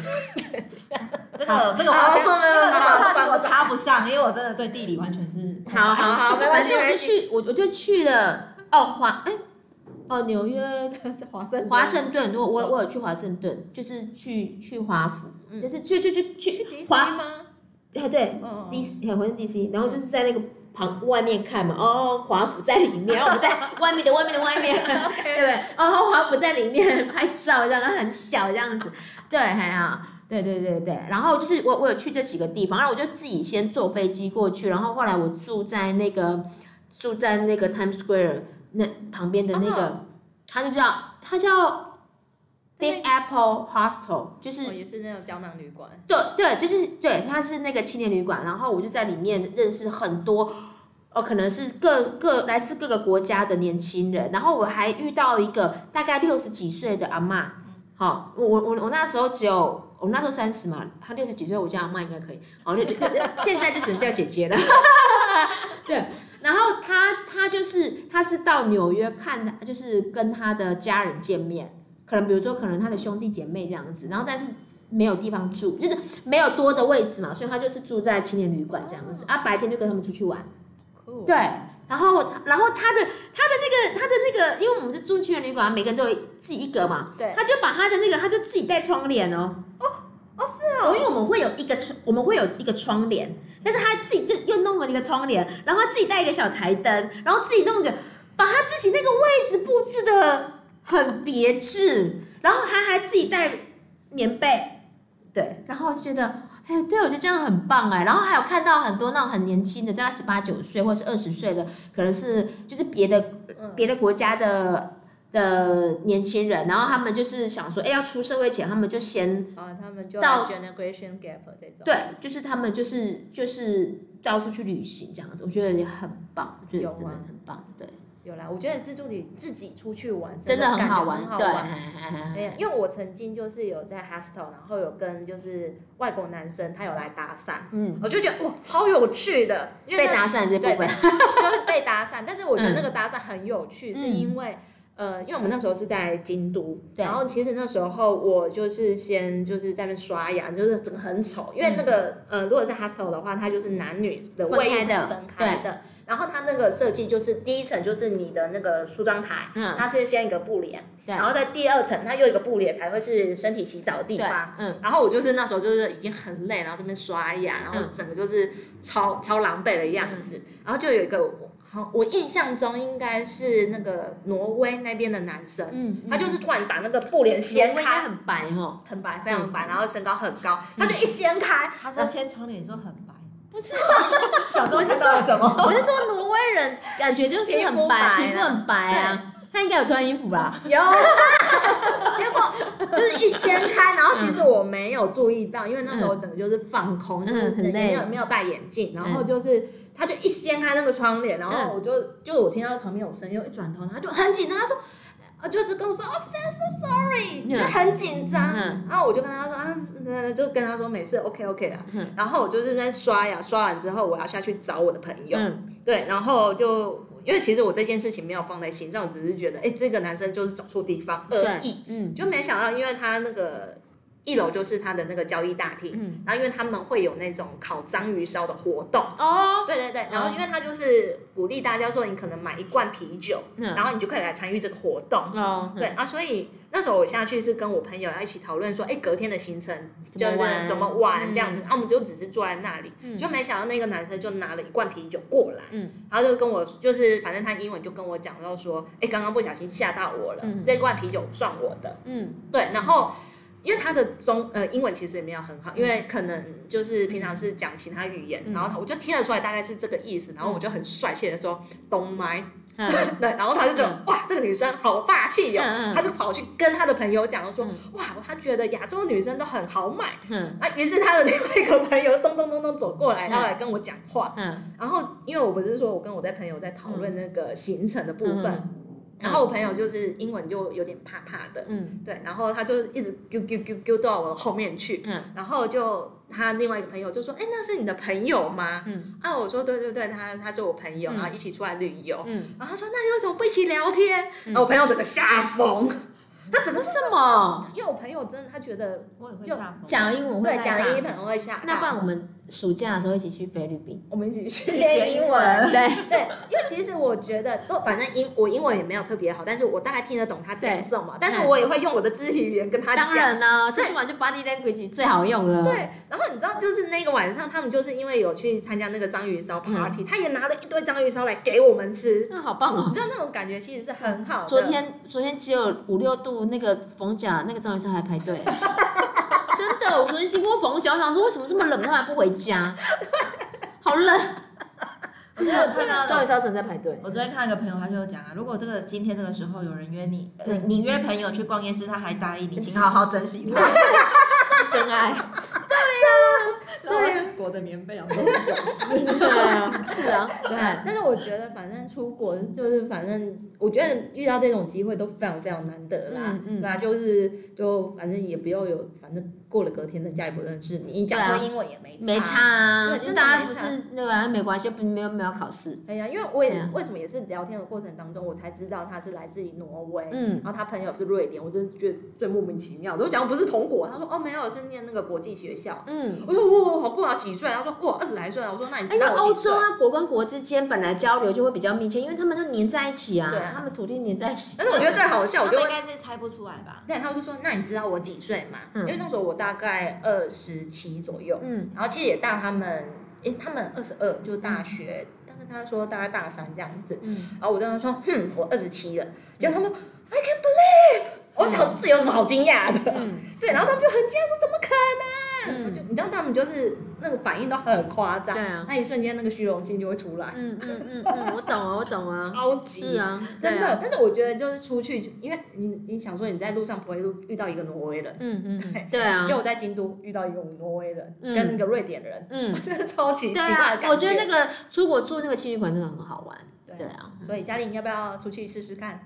Speaker 3: 这
Speaker 2: 好
Speaker 3: 个这个
Speaker 2: 好
Speaker 3: 话题，这
Speaker 2: 不不不
Speaker 3: 个这个话
Speaker 2: 不不
Speaker 3: 题我插不上，因为我真的对地理完全 是
Speaker 2: 好好好，没关
Speaker 1: 关
Speaker 2: 系，
Speaker 1: 系
Speaker 2: 我就去，我我就去了哦华哎哦纽约
Speaker 3: 是华盛
Speaker 2: 华盛顿，我我我有去华盛顿，就是去去华府，
Speaker 3: 嗯
Speaker 2: 就是去去去去，
Speaker 3: 去迪士尼
Speaker 2: 华
Speaker 3: 吗？
Speaker 2: 哎对
Speaker 3: 嗯，
Speaker 2: D C 很像 D C，然后就是在那个旁外面看嘛，哦华府在里面，然后我们在外面的外面的外面， 对不对？哦华府在里面 拍照，这样它很小这样子，对，还好。对对对对，然后就是我我有去这几个地方，然后我就自己先坐飞机过去，然后后来我住在那个住在那个 Times Square 那旁边的那个，它就叫它叫 Big Apple Hostel，就是
Speaker 3: 哦也是那种胶囊旅馆，
Speaker 2: 对对，就是对，它是那个青年旅馆，然后我就在里面认识很多，呃，可能是各各来自各个国家的年轻人，然后我还遇到一个大概六十几岁的阿嬷，好、我我我我那时候只有我那时候三十嘛，她六十几岁，我叫阿嬷应该可以，好，就就就 现在就只能叫姐姐了， 对。然后她她就是她是到纽约看她，就是跟她的家人见面，可能比如说可能她的兄弟姐妹这样子，然后但是没有地方住，就是没有多的位置嘛，所以他就是住在青年旅馆这样子、啊，白天就跟他们出去玩。
Speaker 3: 酷
Speaker 2: 对，然后然后他的他的那个他的那个，因为我们是住青年旅馆，每个人都有自己一格嘛，
Speaker 1: 对
Speaker 2: 他就把他的那个他就自己带窗帘哦。哦，因为我们会有一个窗，我们会有一个窗帘，但是他自己就又弄了一个窗帘，然后他自己带一个小台灯，然后自己弄个，把他自己那个位置布置的很别致，然后还还自己带棉被，对，然后就觉得，哎，对我觉得这样很棒哎，然后还有看到很多那种很年轻的，大概十八九岁或者是二十岁的，可能是就是别的
Speaker 1: 嗯
Speaker 2: 别的国家的。的年轻人，然后他们就是想说，哎，要出社会前，他们就先
Speaker 1: 啊，他们就
Speaker 2: 到
Speaker 1: generation gap 这种，
Speaker 2: 对，就是他们就是就是到处去旅行这样子，我觉得也很棒，我觉得
Speaker 1: 有
Speaker 2: 真的
Speaker 1: 啊
Speaker 2: 很棒，对，
Speaker 1: 有啦，我觉得自助旅自己出去玩
Speaker 2: 真的很
Speaker 1: 感觉
Speaker 2: 好
Speaker 1: 很
Speaker 2: 玩，
Speaker 1: 好
Speaker 2: 对
Speaker 1: 玩。
Speaker 2: 嘿，嘿嘿
Speaker 1: 哎，因为我曾经就是有在 hostel，然后有跟就是外国男生，他有来搭讪，
Speaker 2: 嗯，
Speaker 1: 我就觉得哇超有趣的，因为
Speaker 2: 被
Speaker 1: 那
Speaker 2: 搭讪这部分，
Speaker 1: 就是被搭讪，但是我觉得
Speaker 2: 嗯
Speaker 1: 那个搭讪很有趣，是
Speaker 2: 嗯
Speaker 1: 因为。呃，因为我们那时候是在京都，
Speaker 2: 对
Speaker 1: 然后其实那时候我就是先就是在那边刷牙，就是整个很丑，因为那个、呃，如果是 hostel 的话，它就是男女的
Speaker 2: 分
Speaker 1: 卫浴
Speaker 2: 开
Speaker 1: 是
Speaker 2: 的
Speaker 1: 分开的，然后它那个设计就是第一层就是你的那个梳妆台，
Speaker 2: 嗯，
Speaker 1: 它是先一个布帘，
Speaker 2: 对
Speaker 1: 然后在第二层它又一个布帘才会是身体洗澡的地
Speaker 2: 对
Speaker 1: 方，，
Speaker 2: 嗯，
Speaker 1: 然后我就是那时候就是已经很累，然后这边刷牙，然
Speaker 2: 嗯
Speaker 1: 后整个就是超、超狼狈的样子。然后就有一个我好，我印象中应该是那个挪威那边的男生，
Speaker 2: 嗯，
Speaker 1: 他就是突然把那个布帘掀
Speaker 2: 显应该
Speaker 1: 开，
Speaker 2: 很嗯白哦哈，
Speaker 1: 很白，非常白，然后身高很高，他就一掀开，
Speaker 3: 他说掀窗帘说很白，
Speaker 2: 不是，
Speaker 3: 小时候看到了什
Speaker 1: 哦
Speaker 3: 么？
Speaker 2: 我是说挪威人感觉就是
Speaker 1: 皮
Speaker 2: 很
Speaker 1: 肤
Speaker 2: 白，
Speaker 1: 白
Speaker 2: 皮肤
Speaker 1: 啦
Speaker 2: 很白 啊，他应该有穿衣服吧？
Speaker 1: 有， 结果就是一掀开，然后其实我没有注意到，因为那时候我整个就是放空，
Speaker 2: 嗯
Speaker 1: 就是
Speaker 2: 很累嗯
Speaker 1: 没有没有戴眼镜，然后就是他就一掀开那个窗帘，然后我就就我听到旁边有声音，我一转头，然后他就很紧张，他说。呃，就是跟我说，哦、oh,，I'm so sorry，、
Speaker 2: 嗯
Speaker 1: 就很紧张。
Speaker 2: 嗯
Speaker 1: 然后我就跟他说啊，那就跟他说没事，OK OK 的。
Speaker 2: 嗯
Speaker 1: 然后我就是在刷牙，刷完之后我要下去找我的朋友。
Speaker 2: 嗯，
Speaker 1: 对，然后就因为其实我这件事情没有放在心上，我只是觉得，哎，这个男生就是走错地方，恶
Speaker 2: 对
Speaker 1: 意，，
Speaker 2: 嗯，
Speaker 1: 就没想到，因为他那个一楼就是它的那个交易大厅，
Speaker 2: 嗯
Speaker 1: 然后因为他们会有那种烤章鱼烧的活动，
Speaker 2: 哦，
Speaker 1: 对对对，然后因为它就是鼓励大家说，你可能买一罐啤酒，
Speaker 2: 嗯
Speaker 1: 然后你就可以来参与这个活动。
Speaker 2: 哦，
Speaker 1: 对啊，所以那时候我下去是跟我朋友要一起讨论说，哎，隔天的行程
Speaker 2: 怎
Speaker 1: 就
Speaker 2: 么
Speaker 1: 是
Speaker 2: 玩
Speaker 1: 怎么玩
Speaker 2: 嗯
Speaker 1: 这样子。啊，我们就只是坐在那里，
Speaker 2: 嗯
Speaker 1: 就没想到那个男生就拿了一罐啤酒过来，
Speaker 2: 嗯
Speaker 1: 然后就跟我就是反正他英文就跟我讲到说，哎，刚刚不小心吓到我了，
Speaker 2: 嗯
Speaker 1: 这罐啤酒算我的。
Speaker 2: 嗯
Speaker 1: 对，然后因为他的中呃英文其实也没有很好，因为可能就是平常是讲其他语言，
Speaker 2: 嗯
Speaker 1: 然后他我就听得出来大概是这个意思，然后我就很帅气的说懂吗？
Speaker 2: 嗯
Speaker 1: 对，然后他就觉得
Speaker 2: 嗯
Speaker 1: 哇，这个女生好霸气哦。
Speaker 2: 嗯
Speaker 1: 他就跑去跟他的朋友讲说
Speaker 2: 嗯：“
Speaker 1: 哇，他觉得亚洲女生都很好买。
Speaker 2: 嗯”
Speaker 1: 啊，于是他的另外一个朋友咚咚咚咚走过来，
Speaker 2: 嗯
Speaker 1: 要来跟我讲话。
Speaker 2: 嗯
Speaker 1: 然后，因为我不是说我跟我在朋友在讨论那个行程的部分，
Speaker 2: 嗯
Speaker 1: 然后我朋友就是英文就有点怕怕的，
Speaker 2: 嗯
Speaker 1: 对，然后他就一直丢丢丢丢到我的后面去，
Speaker 2: 嗯
Speaker 1: 然后就他另外一个朋友就说：“哎，那是你的朋友吗
Speaker 2: 嗯？”
Speaker 1: 啊，我说：“对对对，他他是我朋友，
Speaker 2: 嗯
Speaker 1: 然后一起出来旅游。
Speaker 2: 嗯，
Speaker 1: 然后他说：“那你为什么不一起聊天？”
Speaker 2: 嗯
Speaker 1: 然后我朋友整个吓疯，
Speaker 2: 那怎么什么
Speaker 1: 因为我朋友真的他觉得
Speaker 3: 我也会
Speaker 1: 就
Speaker 3: 吓疯
Speaker 2: 讲英文会
Speaker 1: 对
Speaker 2: 害
Speaker 1: 讲
Speaker 2: 怕
Speaker 1: 英文会吓到。
Speaker 2: 那不然我们暑假的时候一起去菲律宾，
Speaker 1: 我们一起 去
Speaker 3: 去学英文
Speaker 2: 对，
Speaker 1: 对，因为其实我觉得都反正英我英文也没有特别好，但是我大概听得懂他讲什么，但是我也会用我的肢体语言跟 他
Speaker 2: 当
Speaker 1: 讲。
Speaker 2: 然啦，出去玩就 body language 最好用了，
Speaker 1: 对，然后你知道，就是那个晚上，他们就是因为有去参加那个章鱼烧
Speaker 2: 嗯
Speaker 1: party，、他也拿了一堆章鱼烧来给我们吃，
Speaker 2: 那好棒
Speaker 1: 你
Speaker 2: 哦。
Speaker 1: 知道那种感觉其实是很好的。
Speaker 2: 昨天昨天只有五六度，那个逢甲那个张雨生还排 队，真的，我昨天经过逢甲，我想说为什么这么冷，他们还不回家，好冷，
Speaker 3: 我昨天有看
Speaker 1: 啊
Speaker 2: 张
Speaker 3: 到
Speaker 2: 雨生正在排队，
Speaker 3: 我昨天看到一个朋友，他就有讲啊，如果这个今天这个时候有人约你，呃你约朋友去逛夜市，他还答应你，请好好 珍惜他。
Speaker 2: 真爱，
Speaker 1: 对啊
Speaker 3: 裹着棉被，我说有
Speaker 2: 嗯
Speaker 3: 事。
Speaker 2: 是啊，
Speaker 1: 对，但是我觉得反正出国就是反正我觉得遇到这种机会都非常非常难得啦，
Speaker 2: 嗯嗯
Speaker 1: 对吧？就是就反正也不要有，反正过了隔天人家也不认识你，你讲
Speaker 2: 对啊
Speaker 1: 错英文也没
Speaker 2: 没差。啊，
Speaker 1: 对
Speaker 2: 因为
Speaker 1: 真的
Speaker 2: 大家
Speaker 1: 没
Speaker 2: 不
Speaker 1: 差
Speaker 2: 是那个啊没关系，不没有没有考试，
Speaker 1: 哎呀，因为我也、
Speaker 2: 对啊
Speaker 1: 为什么也是聊天的过程当中，我才知道他是来自于挪威，
Speaker 2: 嗯
Speaker 1: 然后他朋友是瑞典，我真的觉得最莫名其妙的。我讲不是同国，他说哦没有，是念那个国际学校。
Speaker 2: 嗯。
Speaker 1: 我说哇，好酷啊，几岁啊？他说哇，二十来岁啊。我说那你
Speaker 2: 哎，
Speaker 1: 知
Speaker 2: 那
Speaker 1: 道我
Speaker 2: 欧
Speaker 1: 几岁
Speaker 2: 洲？啊，国跟国之间本来交流就会比较密切，因为他们都黏在一起啊，
Speaker 1: 对啊
Speaker 2: 他们土地黏在一起。
Speaker 1: 但是我觉得最好笑，我
Speaker 3: 他们
Speaker 1: 就
Speaker 3: 应
Speaker 1: 问，
Speaker 3: 该是猜不出来吧？
Speaker 1: 对，他就说那你知道我几岁吗？
Speaker 2: 嗯
Speaker 1: 因为那时候我大概二十七左右，
Speaker 2: 嗯
Speaker 1: 然后其实也大他们，诶，他们二十二就大学，但是他说大概大三这样子。
Speaker 2: 嗯，
Speaker 1: 然后我就跟他说，哼，我二十七了。结果他们说 I can't believe，我想这有什么好惊讶的？
Speaker 2: 嗯
Speaker 1: 对，然后他们就很惊讶说怎么可能？
Speaker 2: 嗯
Speaker 1: 我就你知道他们就是那个反应都很夸张
Speaker 2: 对，啊，
Speaker 1: 那一瞬间那个虚荣心就会出来，
Speaker 2: 嗯嗯嗯嗯，我懂啊，我懂啊，
Speaker 1: 超级
Speaker 2: 是啊，
Speaker 1: 真
Speaker 2: 对
Speaker 1: 的
Speaker 2: 啊，，
Speaker 1: 但是我觉得就是出去，因为你你想说你在路上不会遇到一个挪威人，
Speaker 2: 嗯嗯嗯，对啊
Speaker 1: 结，果我在京都遇到一个挪威人
Speaker 2: 嗯
Speaker 1: 跟一个瑞典人，
Speaker 2: 嗯，
Speaker 1: 真的超级奇
Speaker 2: 对
Speaker 1: 怪的
Speaker 2: 啊
Speaker 1: 感，觉。
Speaker 2: 我觉得那个出国住那个青旅馆真的很好玩，
Speaker 1: 对
Speaker 2: 对啊，
Speaker 1: 所以嘉玲要不要出去试试看？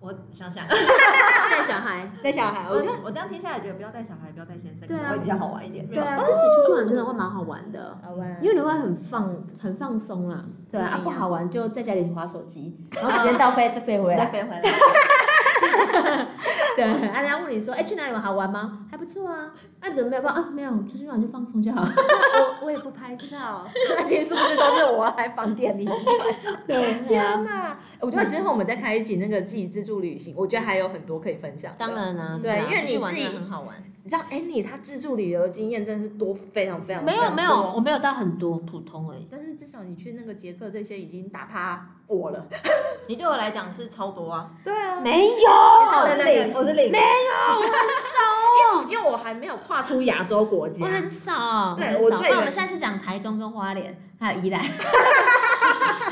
Speaker 3: 我 想想，
Speaker 2: 带小孩，
Speaker 1: 带小孩，我觉得
Speaker 3: 我我这样听下来觉得不要带小孩，不要带先生，
Speaker 2: 对啊
Speaker 3: 可能会比较好玩一点。
Speaker 2: 对啊，自己出去玩真的会蛮好玩的。
Speaker 1: 好啊玩，
Speaker 2: 因为你会很放很放松啦，对啊，
Speaker 1: 嗯
Speaker 2: 啊不好玩就在家里划手机，然后时间到飞飞回
Speaker 3: 没
Speaker 2: 来
Speaker 3: 有再，飞回来。
Speaker 2: 对，啊人家问你说，哎、去哪里玩好玩吗？还不错啊，那、你怎么没有放啊？没有，出去玩就放松就好。
Speaker 1: 我我也不拍照， 那些是不是都是我来房店里面？
Speaker 2: 对
Speaker 1: 天哪！我觉得之后我们再开一集那个自己自助旅行，我觉得还有很多可以分享。
Speaker 2: 当，然啦、
Speaker 1: 对
Speaker 2: 是啊
Speaker 1: 因为你
Speaker 2: 出去玩
Speaker 1: 自己
Speaker 2: 真的很好玩。
Speaker 1: 你知道 Annie 她自助旅游的经验真的是多，非常非常
Speaker 2: 没有没有，我
Speaker 1: 有。
Speaker 2: 没有到很多，普通而已。
Speaker 1: 但是至少你去那个捷克这些已经打趴我了。
Speaker 3: 你对我来讲是超多啊，
Speaker 1: 对啊，
Speaker 2: 没有，哦
Speaker 3: 我是零，我是零。
Speaker 1: 哦因为我还没有跨出亚洲国 家
Speaker 2: 我。很少，
Speaker 1: 对
Speaker 2: 很少
Speaker 1: 我最
Speaker 2: 不然我
Speaker 1: 远
Speaker 2: 们现在是讲台东跟花莲，还有宜兰。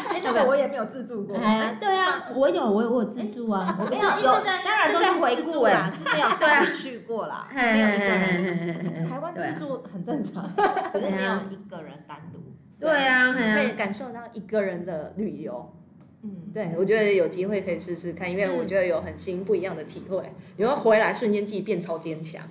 Speaker 3: 哎，那个我也没有自助过。
Speaker 2: 哎， 对啊，我有我有我有自助啊，
Speaker 3: 我没有
Speaker 2: 最近
Speaker 3: 有，
Speaker 2: 正在
Speaker 3: 当然都
Speaker 2: 正
Speaker 3: 是
Speaker 2: 在回
Speaker 3: 自助
Speaker 2: 顾
Speaker 3: 啦，
Speaker 2: 哎啊
Speaker 3: 是没有
Speaker 2: 对啊
Speaker 3: 自己去 过啦，
Speaker 2: 哎
Speaker 3: 没有一个人。台湾自助很正常，
Speaker 2: 啊
Speaker 3: 只是没有一个人单独。
Speaker 2: 对啊，对
Speaker 1: 可以
Speaker 2: 啊，
Speaker 1: 感受到一个人的旅游，
Speaker 3: 嗯，
Speaker 1: 对我觉得有机会可以试试看，因为
Speaker 2: 嗯
Speaker 1: 我觉得有很新不一样的体会，你会回来瞬间自己变超坚强，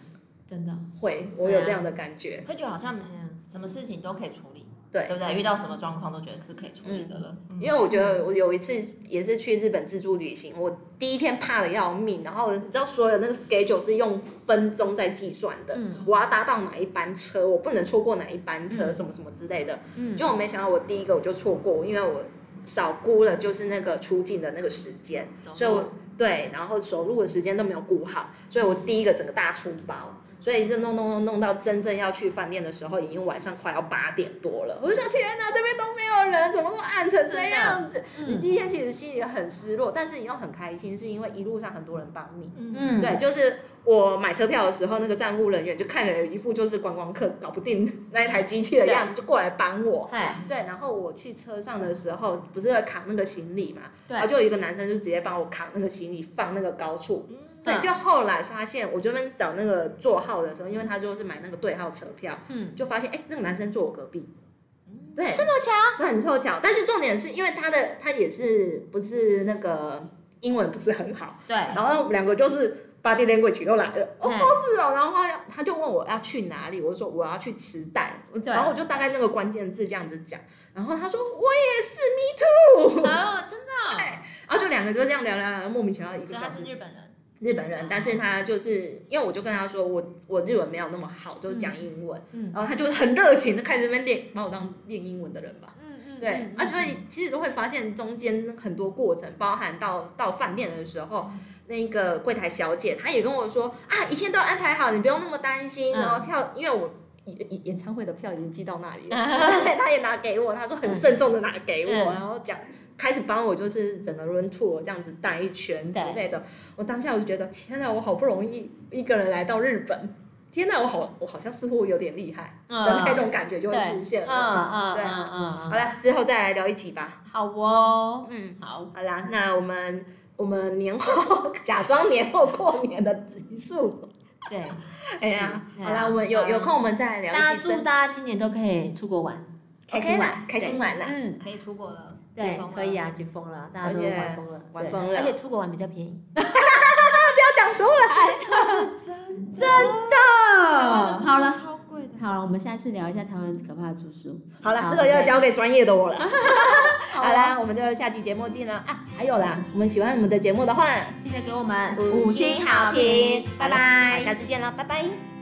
Speaker 3: 真的
Speaker 1: 会，我有这样的感觉。
Speaker 3: 会觉得好像什么事情都可以处理。对不对？遇到什么状况都觉得是可以处理的了。嗯
Speaker 1: 因为我觉得我有一次也是去日本自助旅行，我第一天怕的要命，然后你知道所有那个 schedule 是用分钟在计算的，
Speaker 2: 嗯
Speaker 1: 我要搭到哪一班车，我不能错过哪一班车，什么什么之类的。
Speaker 2: 嗯
Speaker 1: 就我没想到我第一个我就错过，因为我少估了就是那个出境的那个时间，所以我对，然后走路的时间都没有顾好，所以我第一个整个大出包。所以就弄弄弄弄到真正要去饭店的时候，已经晚上快要八点多了。我就想，天哪，这边都没有人，怎么都暗成这样子？你第一天其实心里很失落，但是你又很开心，是因为一路上很多人帮你。
Speaker 3: 嗯
Speaker 2: 嗯，
Speaker 1: 对，，就是我买车票的时候，那个站务人员就看着一副就是观光客搞不定那一台机器的样子，就过来帮我。
Speaker 2: 嗨，
Speaker 1: 对，然后我去车上的时候，不是要扛那个行李嘛，
Speaker 2: 对
Speaker 1: 然后就有一个男生就直接帮我扛那个行李放那个高处。对，
Speaker 2: 嗯
Speaker 1: 就后来发现，我这边找那个座号的时候，因为他就是买那个对号车票，
Speaker 2: 嗯，
Speaker 1: 就发现哎、那个男生坐我隔壁，对，
Speaker 2: 这么巧，
Speaker 1: 就很凑巧。但是重点是因为他的他也是不是那个英文不是很好，
Speaker 2: 对，
Speaker 1: 然后我们两个就是 body language 又来了，哦，
Speaker 2: 嗯
Speaker 1: 是哦，然后他他就问我要去哪里，我就说我要去池袋，我
Speaker 2: 对
Speaker 1: 然后我就大概那个关键字这样子讲，然后他说我也是 me too，
Speaker 2: 哦，真的哦，
Speaker 1: 然后就两个就这样聊聊聊，莫名其妙一个
Speaker 3: 所以
Speaker 1: 小
Speaker 3: 他
Speaker 1: 时
Speaker 3: 是。日本人，
Speaker 1: 日本人，但
Speaker 2: 哦
Speaker 1: 是他就是因为我就跟他说我我日文没有那么好，就是讲英文，
Speaker 2: 嗯
Speaker 1: 然后他就很热情的开始在那边练，把我当练英文的人吧。
Speaker 2: 嗯嗯
Speaker 1: 对，啊，所以其实都会发现中间很多过程，包含到到饭店的时候，
Speaker 2: 嗯
Speaker 1: 那个柜台小姐她也跟我说啊，一切都安排好，你不用那么担心。
Speaker 2: 嗯
Speaker 1: 然后票，因为我演演演唱会的票已经寄到那里了， 对，她也拿给我，她说很慎重的拿给我，
Speaker 2: 嗯
Speaker 1: 然后讲。开始帮我就是整个 run tour 这样子带一圈之
Speaker 2: 对
Speaker 1: 类的，我当下我就觉得天哪，我好不容易一个人来到日本，天哪，我好我好像似乎有点厉害的那种感觉就会
Speaker 3: 对
Speaker 1: 出现
Speaker 2: 啊嗯
Speaker 1: 了。
Speaker 2: 嗯
Speaker 1: 对
Speaker 2: 嗯嗯
Speaker 1: 好
Speaker 2: 嗯，
Speaker 1: 了，之后再来聊一集吧。
Speaker 3: 好哦，
Speaker 1: 嗯，
Speaker 3: 好，
Speaker 1: 好啦，那我们我们年后假装年后过年的集数，
Speaker 2: 对，
Speaker 1: 哎呀，
Speaker 2: 是
Speaker 1: 好啦，我们有有空我们再来聊
Speaker 2: 大
Speaker 1: 一
Speaker 2: 家
Speaker 1: 集
Speaker 2: 祝
Speaker 1: 真，
Speaker 2: 大家今年都可以出国玩，
Speaker 1: 开心玩，开心玩啦，
Speaker 2: 嗯，
Speaker 3: 可以出国了，
Speaker 2: 对
Speaker 3: 解封，了
Speaker 2: 可以，啊，解封了，大家都
Speaker 1: 而且
Speaker 2: 玩疯了，
Speaker 1: 玩
Speaker 2: 对
Speaker 1: 疯了
Speaker 2: 而且出国玩比较便宜，
Speaker 1: 不要讲出来。
Speaker 2: 好了。
Speaker 3: 超贵的，
Speaker 2: 好了，我们下次聊一下台湾可怕的住宿。
Speaker 1: 好啦，
Speaker 2: 好
Speaker 1: 这个要
Speaker 2: 再见
Speaker 1: 交给专业的我 了。啊
Speaker 3: 好
Speaker 1: 好啦，我们就下期节目见了啊！还有啦，我们喜欢我们的节目的话，
Speaker 2: 记得给我们
Speaker 1: 五星好评
Speaker 2: 拜拜
Speaker 1: 好。下次见了，拜拜。